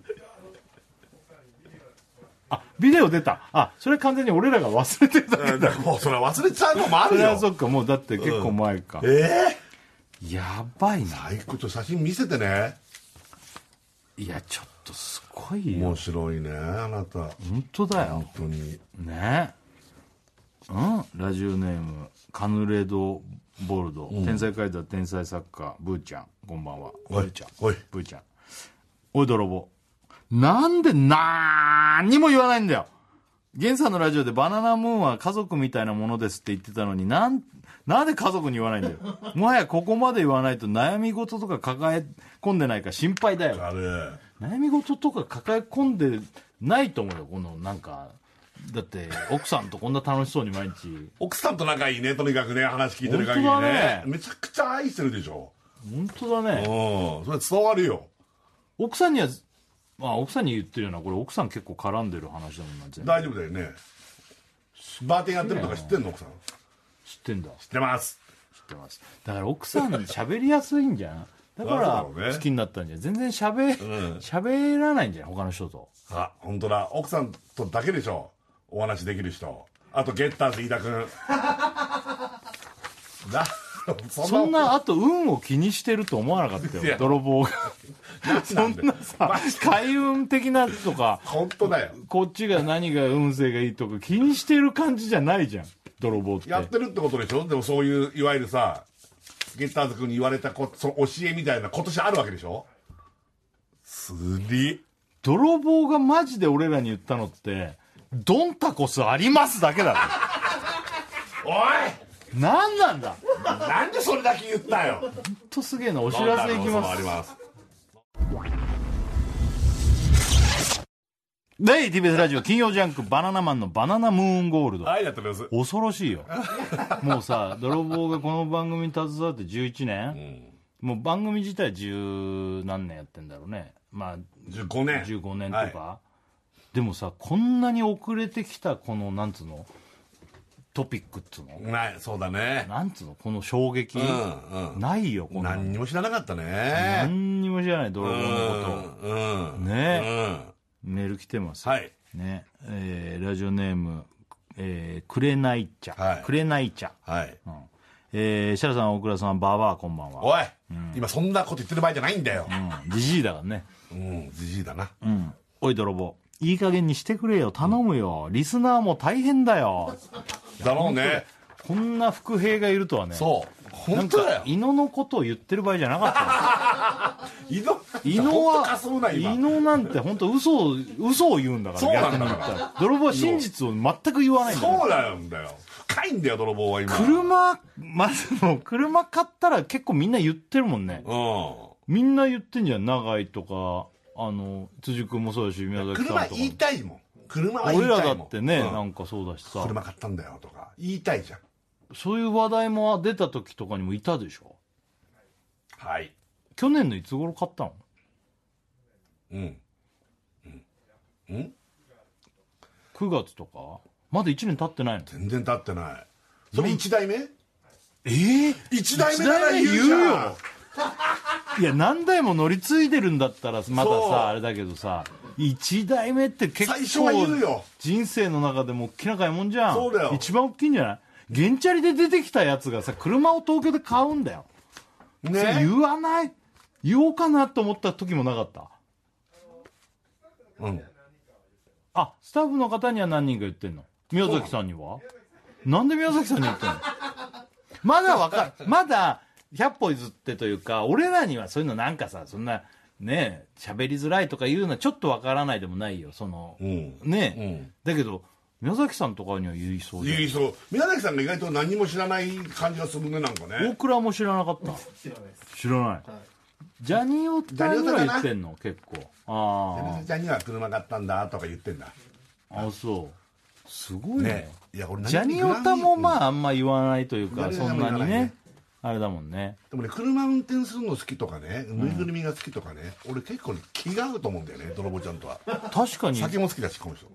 Speaker 1: あビデオ出たあそれ完全に俺らが忘れてた
Speaker 2: うんだからもうそれは忘れちゃうのもあ
Speaker 1: そ
Speaker 2: る
Speaker 1: れ
Speaker 2: よ
Speaker 1: は。そっかもうだって結構前か、
Speaker 2: ええ
Speaker 1: やばいな
Speaker 2: あいこちょっと写真見せてね。
Speaker 1: いやちょっとすごいよ
Speaker 2: 面白いね、あなた。本
Speaker 1: 本当だよ
Speaker 2: 当に。
Speaker 1: ねうんラジオネームカヌレド・ボルド、天才カイザー天才作家ブーちゃんこんばんはブ
Speaker 2: お
Speaker 1: ー
Speaker 2: い
Speaker 1: ちゃん、
Speaker 2: おい。
Speaker 1: ブーちゃんおい泥棒なんでなーにも言わないんだよ源さんのラジオでバナナムーンは家族みたいなものですって言ってたのになん、なんで家族に言わないんだよ。もはやここまで言わないと悩み事とか抱え込んでないか心配だよ。
Speaker 2: あれ。
Speaker 1: 悩み事とか抱え込んでないと思うよこのなんかだって奥さんとこんな楽しそうに毎日
Speaker 2: 奥さんと仲いいねとにかくね話聞いてる限り
Speaker 1: 本
Speaker 2: ね
Speaker 1: 当だね
Speaker 2: めちゃくちゃ愛してるでしょ
Speaker 1: 本当だ
Speaker 2: う
Speaker 1: ね
Speaker 2: んそれ伝わるよ
Speaker 1: 奥さんにはまあ奥さんに言ってるようなこれ奥さん結構絡んでる話だもんな全部
Speaker 2: 大丈夫だよねバーテンやってるとか知ってんの奥さん知っ
Speaker 1: 知ってんだ
Speaker 2: てます
Speaker 1: 知ってますだから奥さん喋りやすいんじゃ んだか
Speaker 2: そうだろう
Speaker 1: ら
Speaker 2: ね
Speaker 1: 好きになったんじゃん全然喋
Speaker 2: うん
Speaker 1: 喋らないんじゃん他の人と
Speaker 2: あ本当だ奥さんとだけでしょお話できる人あとゲッターズ飯田君 なそ
Speaker 1: そんなあと運を気にしてると思わなかった
Speaker 2: い
Speaker 1: よ
Speaker 2: や
Speaker 1: 泥棒が
Speaker 2: そんな
Speaker 1: さ開運的なとか
Speaker 2: 本当だよ
Speaker 1: こっちが何が運勢がいいとか気にしてる感じじゃないじゃん泥棒って
Speaker 2: やってるってことでしょでもそういういわゆるさゲッターズ君に言われたこその教えみたいな今年あるわけでしょすり
Speaker 1: 泥棒がマジで俺らに言ったのってドンタコスありますだけだろ
Speaker 2: おい
Speaker 1: 何なんだほん
Speaker 2: なんでそれだけ言ったよ
Speaker 1: とすげえなお知らせいき
Speaker 2: あ
Speaker 1: ま
Speaker 2: り
Speaker 1: す
Speaker 2: ます
Speaker 1: で TBS ラジオ金曜ジャンク「バナナマンのバナナムーンゴールド」
Speaker 2: はいやっております
Speaker 1: 恐ろしい よもうさ泥棒がこの番組に携わって11年、もう番組自体十何年やってんだろうねまあ
Speaker 2: 15年
Speaker 1: 15年とか、でもさこんなに遅れてきたこのなんつうのトピックっつうの、
Speaker 2: はい、そうだね
Speaker 1: なんつうのこの衝撃、
Speaker 2: うんうん
Speaker 1: ないよこんなの
Speaker 2: 何にも知らなかったね
Speaker 1: 何にも知らない泥
Speaker 2: う
Speaker 1: 棒のこと
Speaker 2: んうん
Speaker 1: ね
Speaker 2: うん
Speaker 1: メール来てます、
Speaker 2: はい
Speaker 1: ねえーラジオネーム、えー、くれない茶、
Speaker 2: はい
Speaker 1: くれない茶
Speaker 2: はい
Speaker 1: うんえー、シャラさん、大倉さん、ババア、こんばんは。
Speaker 2: おい今そんなこと言ってる場合じゃないんだよ
Speaker 1: うんじじいだからね。
Speaker 2: うんじじいだな
Speaker 1: うん。おい、泥棒。いい加減にしてくれよ。頼むよ。リスナーも大変だよ。
Speaker 2: だろうね
Speaker 1: こんな副兵がいるとはね。
Speaker 2: そう
Speaker 1: な
Speaker 2: 本
Speaker 1: ん
Speaker 2: 当だ
Speaker 1: か
Speaker 2: よ、
Speaker 1: 伊野のことを言ってる場合じゃなかった
Speaker 2: 伊野
Speaker 1: の。伊野
Speaker 2: ほんとかそうな
Speaker 1: は、
Speaker 2: 今
Speaker 1: 伊野なんて本当嘘を、嘘を言うんだから、
Speaker 2: そうなんだ
Speaker 1: 逆に言ったら。泥棒は真実を全く言わないんだから
Speaker 2: そうなんだよ深いんだよ泥棒は今
Speaker 1: 車、まずもう車買ったら結構みんな言ってるもんね。
Speaker 2: う
Speaker 1: みんな言ってんじゃん。長井とか、あの、辻君もそうだし、宮
Speaker 2: ん
Speaker 1: 崎さんとか
Speaker 2: 車
Speaker 1: も。
Speaker 2: 言いたいもん車は言い
Speaker 1: 俺ら
Speaker 2: た
Speaker 1: だ
Speaker 2: いもん
Speaker 1: ってね、
Speaker 2: うん
Speaker 1: なんかそうだしさ、
Speaker 2: 車買ったんだよとか言いたいじゃん
Speaker 1: そういう話題も出た時とかにもいたでしょ
Speaker 2: はい
Speaker 1: 去年のいつ頃買ったの
Speaker 2: うんうん、
Speaker 1: ?9 月とかまだ1年経ってないの
Speaker 2: 全然経ってないそれ1台目
Speaker 1: ええ
Speaker 2: 1台目なら言うじゃんよ
Speaker 1: いや、何台も乗り継いでるんだったら、また
Speaker 2: そう
Speaker 1: さ、あれだけどさ、1台目って結構、
Speaker 2: 最初は言うよ
Speaker 1: 人生の中でも大きな買い物じゃん。
Speaker 2: そうだよ
Speaker 1: 一番大きいんじゃない原チャリで出てきたやつがさ、車を東京で買うんだよ。そ
Speaker 2: ね
Speaker 1: れ言わない言おうかなと思った時もなかった。
Speaker 2: うん
Speaker 1: あ、スタッフの方には何人か言ってんの宮崎さんにはなんで宮崎さんに言ってんのまだわかる。まだ、百歩譲ってというか、俺らにはそういうのなんかさ、そんな、ねえ、喋りづらいとか言うのはちょっとわからないでもないよ、その、
Speaker 2: うん
Speaker 1: ね
Speaker 2: う
Speaker 1: え、
Speaker 2: ん
Speaker 1: だけど、宮崎さんとかには言いそう
Speaker 2: 言
Speaker 1: で。
Speaker 2: いそう宮崎さんが意外と何も知らない感じがするねなんか
Speaker 1: 大
Speaker 2: ね
Speaker 1: 倉も知らなかった。
Speaker 5: 知らないです。
Speaker 1: 知らない。ジャニオタには言ってんの結構。あ
Speaker 2: ちゃんには車買ったんだとか言ってんだ
Speaker 1: あ。あ、そう。すご
Speaker 2: ね
Speaker 1: いね
Speaker 2: いや俺
Speaker 1: ジャニオタも
Speaker 2: あ
Speaker 1: まああんま言わないというか、
Speaker 2: うん
Speaker 1: そんな
Speaker 2: 言
Speaker 1: に
Speaker 2: わない
Speaker 1: ね
Speaker 2: ね、
Speaker 1: あれだもんね。
Speaker 2: でもね車運転するの好きとかねぬいぐるみが好きとかね、俺結構ね気が合うと思うんだよね泥棒ちゃんとは
Speaker 1: 確かに、
Speaker 2: 酒も好きだしこの人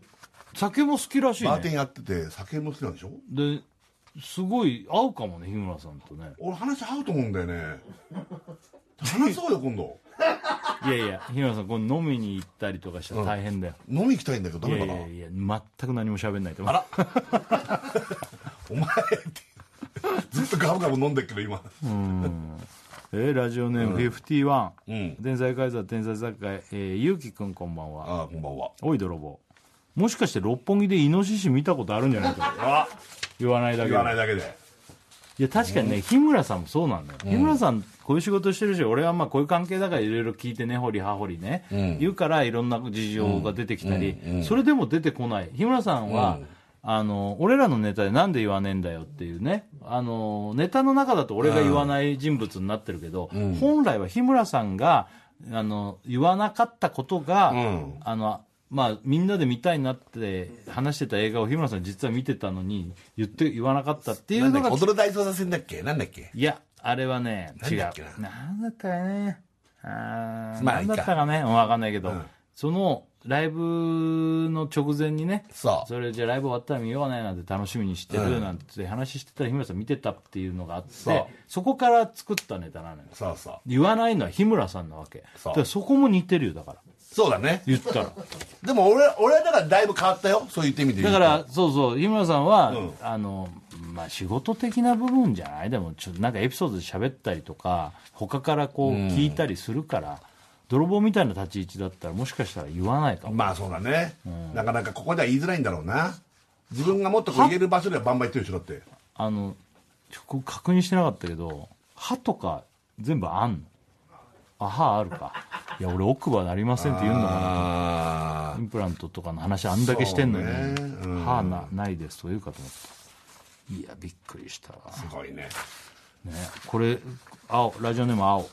Speaker 1: 酒も好きらしい
Speaker 2: バーテン
Speaker 1: ね。
Speaker 2: やってて酒も好きなんでしょ
Speaker 1: で、すごい合うかもね、日村さんとね。
Speaker 2: 俺話合うと思うんだよね話そうよ今度
Speaker 1: いやいや、日村さん、これ飲みに行ったりとかしたら大変だよ。
Speaker 2: 飲み行きたいんだけどダ
Speaker 1: いや
Speaker 2: メか
Speaker 1: い
Speaker 2: な
Speaker 1: やいや、全く何も喋んないと思う。
Speaker 2: お前って ずっとガブガブ飲んでっけど今
Speaker 1: えーラジオネーム51、
Speaker 2: うん
Speaker 1: 天才カイザー天才作家、えー、ゆうきくんこんばんは。
Speaker 2: ああこんばんは
Speaker 1: おい、泥棒。もしかして六本木でイノシシ見たことあるんじゃないか
Speaker 2: あ
Speaker 1: 言わないだ
Speaker 2: 言
Speaker 1: けで
Speaker 2: わないだけで
Speaker 1: いや確かにね、日村さんもそうなんだよ、日村さんこういう仕事してるし俺はまあこういう関係だからいろいろ聞いてね掘り葉掘りね、言うからいろんな事情が出てきたり、それでも出てこない日村さんは、あの俺らのネタでなんで言わねえんだよっていうねあのネタの中だと俺が言わない人物になってるけど、本来は日村さんがあの言わなかったことが、
Speaker 2: ん
Speaker 1: あのまあ、みんなで見たいなって話してた映画を日村さん実は見てたのに言って言わなかったっていう
Speaker 2: なんだ
Speaker 1: の
Speaker 2: っけ
Speaker 1: が
Speaker 2: 踊る大捜査線だっけなんだっけ
Speaker 1: いやあれはね違う
Speaker 2: なんだっけな
Speaker 1: なんだったかねあ
Speaker 2: ま
Speaker 1: ー
Speaker 2: あ
Speaker 1: ない
Speaker 2: い
Speaker 1: ん
Speaker 2: か
Speaker 1: だったかねうんわかんないけど、
Speaker 2: ん
Speaker 1: そのライブの直前にね
Speaker 2: そう
Speaker 1: それじゃあライブ終わったら見ようねなんて楽しみにしてるなんて話してたら日村さん見てたっていうのがあって
Speaker 2: そう
Speaker 1: そこから作ったネタなのよ
Speaker 2: そうそう
Speaker 1: 言わないのは日村さんなわけ
Speaker 2: そう
Speaker 1: だからそこも似てるよだから
Speaker 2: そうだね
Speaker 1: 言ったら
Speaker 2: でも俺俺はだからだいぶ変わったよそう言ってみて
Speaker 1: だからそうそう日村さんは、
Speaker 2: ん
Speaker 1: あのまあ仕事的な部分じゃないでもちょっとなんかエピソードで喋ったりとか他からこう聞いたりするから、泥棒みたいな立ち位置だったらもしかしたら言わないかも、
Speaker 2: まあそうだね、なかなかここでは言いづらいんだろうな自分がもっとこう言える場所ではバンバン言ってるでしょだって
Speaker 1: あのちょこれ確認してなかったけど歯とか全部あんのあ歯あるかいや俺奥歯なりませんって言うんだか
Speaker 2: あ
Speaker 1: らインプラントとかの話あんだけしてんのに、
Speaker 2: そうねうん
Speaker 1: 歯なないですというかと思ったいやびっくりしたわ
Speaker 2: あすごいね
Speaker 1: ね、これ青ラジオネーム青、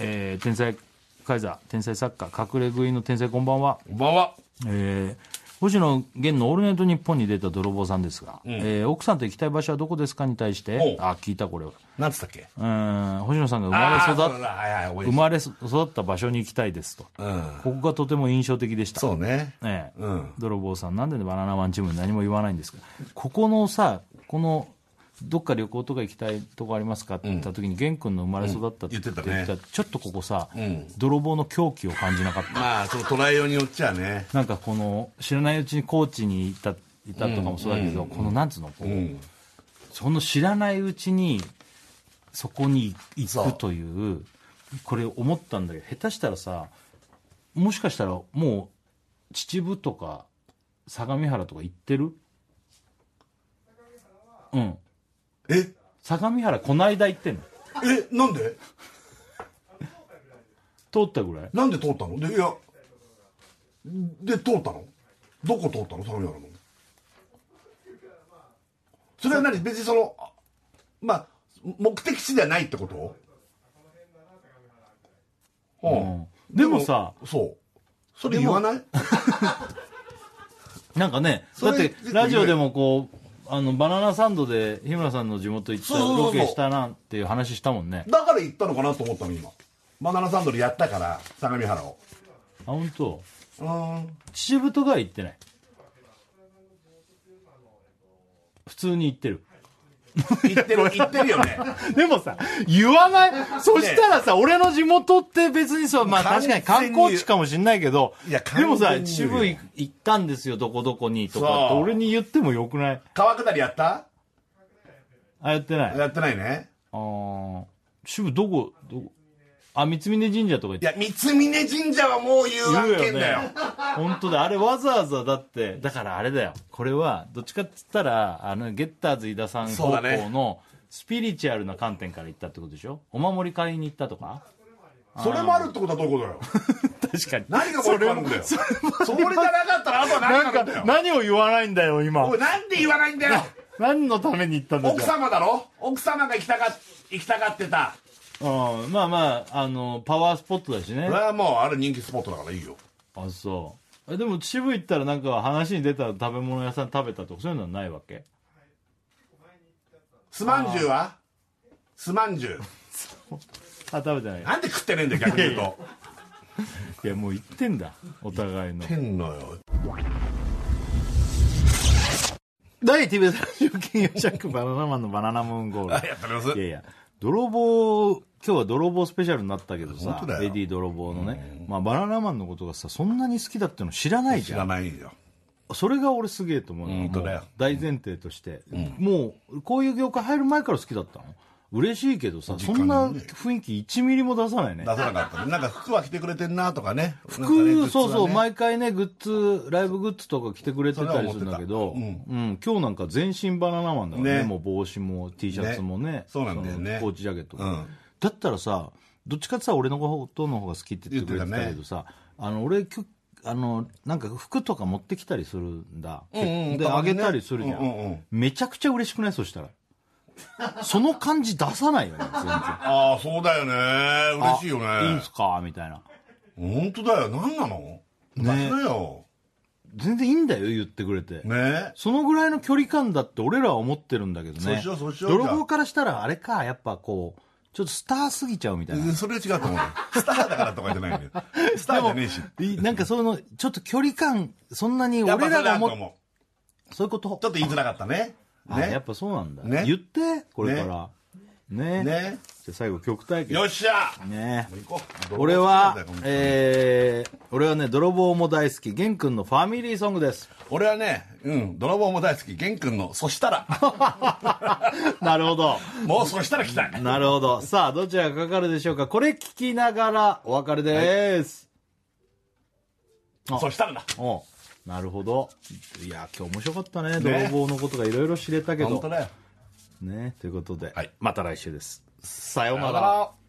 Speaker 1: えー天才カイザー天才作家隠れ食いの天才こんばんは、
Speaker 2: こんばんは
Speaker 1: えー星野源の「オールナイトニッポン」に出た泥棒さんですが、えー奥さんと行きたい場所はどこですかに対して
Speaker 2: お
Speaker 1: あ聞いたこれう
Speaker 2: なんつったっけ
Speaker 1: ーん星野さんが生まれ
Speaker 2: ああ
Speaker 1: 育
Speaker 2: ー
Speaker 1: っ
Speaker 2: そうだはいはい覚え
Speaker 1: 生
Speaker 2: て
Speaker 1: まれ育った場所に行きたいですと、
Speaker 2: たうん
Speaker 1: ここがとても印象的でした
Speaker 2: そうね
Speaker 1: ええ
Speaker 2: うん
Speaker 1: 泥棒さんなんでバナナマンチームに何も言わないんですかここのさこのどっか旅行とか行きたいとこありますかって言った時に玄君の生まれ育った
Speaker 2: うん言ってたね
Speaker 1: ちょっとここさ、泥棒の狂気を感じなかった
Speaker 2: まあその捉えようによっちゃね
Speaker 1: なんかこの知らないうちに高知にいたいたとかもそうだけど、このなんつうのこう、
Speaker 2: うん
Speaker 1: その知らないうちにそこに
Speaker 2: そ
Speaker 1: 行
Speaker 2: う
Speaker 1: くというこれ思ったんだけど下手したらさもしかしたらもう秩父とか相模原とか行ってるうん
Speaker 2: え
Speaker 1: 相模原こないだ行ってんの
Speaker 2: えなんで
Speaker 1: 通ったぐらい
Speaker 2: なんで通ったのでいやで通ったのどこ通ったの相模原のそれは何別にそのあまあ目的地ではないってことうん
Speaker 1: うんでもさ
Speaker 2: そうそれ言わない
Speaker 1: なんかね
Speaker 2: そ
Speaker 1: だ
Speaker 2: れ
Speaker 1: ってラジオでもこうあのバナナサンドで日村さんの地元行った
Speaker 2: そうそうそうそう
Speaker 1: ロケしたなんていう話したもんね
Speaker 2: だから行ったのかなと思ったの今バナナサンドでやったから相模原を
Speaker 1: あ本当
Speaker 2: うん
Speaker 1: 秩父とかは行ってない普通に行ってる
Speaker 2: 行ってる行ってるよね
Speaker 1: でもさ言わないそしたらさ俺の地元って別にそうまあ
Speaker 2: 完
Speaker 1: 確
Speaker 2: 全
Speaker 1: か
Speaker 2: に
Speaker 1: に観光地かもしんないけど
Speaker 2: いや
Speaker 1: でもさ
Speaker 2: 完全
Speaker 1: 秩
Speaker 2: に言う
Speaker 1: 父
Speaker 2: よ
Speaker 1: 行ったんですよどこどこにとかって
Speaker 2: そう
Speaker 1: 俺に言ってもよくない
Speaker 2: 川下りやった
Speaker 1: あやってないあ
Speaker 2: やってないね
Speaker 1: あー秩父どこどこあ三峯神社とか行っ
Speaker 2: い
Speaker 1: て
Speaker 2: や三峯神社はもう言う案件だよ
Speaker 1: 本当だあれわざわざだってだからあれだよこれはどっちかっつったらあのゲッターズ飯田さん
Speaker 2: そう
Speaker 1: 方
Speaker 2: だね
Speaker 1: 向のスピリチュアルな観点から行ったってことでしょお守り買いに行ったとか
Speaker 2: それもあるってことはどういうことだよ
Speaker 1: 確かに
Speaker 2: 何がもう一個あるんだよそれじゃなかったらあとは何が
Speaker 1: なん
Speaker 2: ある
Speaker 1: か
Speaker 2: んだよ
Speaker 1: 何を言わないんだよ今
Speaker 2: おいなんで言わないんだよ
Speaker 1: 何のために行ったんだ
Speaker 2: 奥様だろ奥様が行きたか行きたがってた
Speaker 1: うんまあまああのパワースポットだしね
Speaker 2: それはもうあれ人気スポットだからいいよ
Speaker 1: あそうえでも秩父行ったらなんか話に出たら食べ物屋さん食べたとかそういうのはないわけ
Speaker 2: すまんじゅうはすまんじゅう
Speaker 1: あ食べてない
Speaker 2: なんで食ってねえんだよ逆に言うと
Speaker 1: いやもう行ってんだお互いの
Speaker 2: てんのよ
Speaker 1: 第 TBS ラジオ金曜ジャックバナナマンのバナナムーンゴール
Speaker 2: やっております
Speaker 1: いやいや泥棒今日は泥棒スペシャルになったけどさ
Speaker 2: 本当だよ
Speaker 1: レディー泥棒のね、まあ、バナナマンのことがさそんなに好きだっての知らない
Speaker 2: 知
Speaker 1: じゃ
Speaker 2: ら
Speaker 1: ん
Speaker 2: ないよ
Speaker 1: それが俺すげえと思うの
Speaker 2: 本当だよ
Speaker 1: もう大前提として、もうこういう業界入る前から好きだったの嬉しいけどさ、そんな雰囲気1ミリも出さないね
Speaker 2: 出さなかったねなんか服は着てくれてんなとかね服
Speaker 1: 服、そうそう、毎回ね、グッズ、ライブグッズとか着てくれてたりするんだけど、
Speaker 2: それは
Speaker 1: う
Speaker 2: 思っ
Speaker 1: ん、今日なんか全身バナナマンだからね、
Speaker 2: ね
Speaker 1: もう帽子も T シャツもね、
Speaker 2: そうなんだよね
Speaker 1: そのコーチジャケットも、
Speaker 2: うん
Speaker 1: だったらさ、どっちかってさ、俺のことの方が好きって言ってくれてたけどさ、あの、俺、きゅあの、なんか服とか持ってきたりするんだ。
Speaker 2: んうん
Speaker 1: で、
Speaker 2: たま
Speaker 1: あ
Speaker 2: にね
Speaker 1: げたりするじゃん,、
Speaker 2: うんうんうん
Speaker 1: めちゃくちゃ嬉しくないそしたら。その感じ出さないよね、全然。
Speaker 2: ああそうだよね嬉しいよ
Speaker 1: あいいん
Speaker 2: ね
Speaker 1: すかみたいな。
Speaker 2: 本当だよ何なの出しなよ
Speaker 1: 全然いいんだよ、言ってくれて。
Speaker 2: ね
Speaker 1: そのぐらいの距離感だって俺らは思ってるんだけどね。
Speaker 2: そうしようそうしよう
Speaker 1: 泥棒からしたら、あれか、やっぱこう、ちょっとスターすぎちゃうみたいな。
Speaker 2: それは違うと思うよ スターだからとかじゃないんだよスターじゃねえし
Speaker 1: いなんかその、ちょっと距離感、そんなに
Speaker 2: やっぱ
Speaker 1: 俺
Speaker 2: それ
Speaker 1: らが
Speaker 2: だと
Speaker 1: も
Speaker 2: 思
Speaker 1: そういうこと
Speaker 2: うちょっと言いづらかったね
Speaker 1: あやっ
Speaker 2: ね
Speaker 1: ぱそうなんだ。
Speaker 2: ね
Speaker 1: 言って、これから。ね
Speaker 2: ね
Speaker 1: じゃあ最後曲対決。
Speaker 2: よっしゃ
Speaker 1: ね
Speaker 2: もう行こう
Speaker 1: 俺は
Speaker 2: 泥棒好きなんだよ本、当に
Speaker 1: えー、俺はね、泥棒も大好き、玄君のファミリーソン グです。
Speaker 2: 俺はねうん泥棒も大好き玄君のそした ら
Speaker 1: なるほど。
Speaker 2: もうそしたら来たい
Speaker 1: なるほど。さあ、どちらがかかるでしょうか。これ聞きながらお別れです。
Speaker 2: そしたらだ
Speaker 1: おうなるほど。いや、今日面白かった
Speaker 2: ね
Speaker 1: ね。泥棒のことがいろいろ知れたけ
Speaker 2: 本
Speaker 1: ど
Speaker 2: 当。だよ
Speaker 1: ねということで、
Speaker 2: はい
Speaker 1: また来週です。さよう
Speaker 2: さ
Speaker 1: な
Speaker 2: ような
Speaker 1: ら
Speaker 2: ら。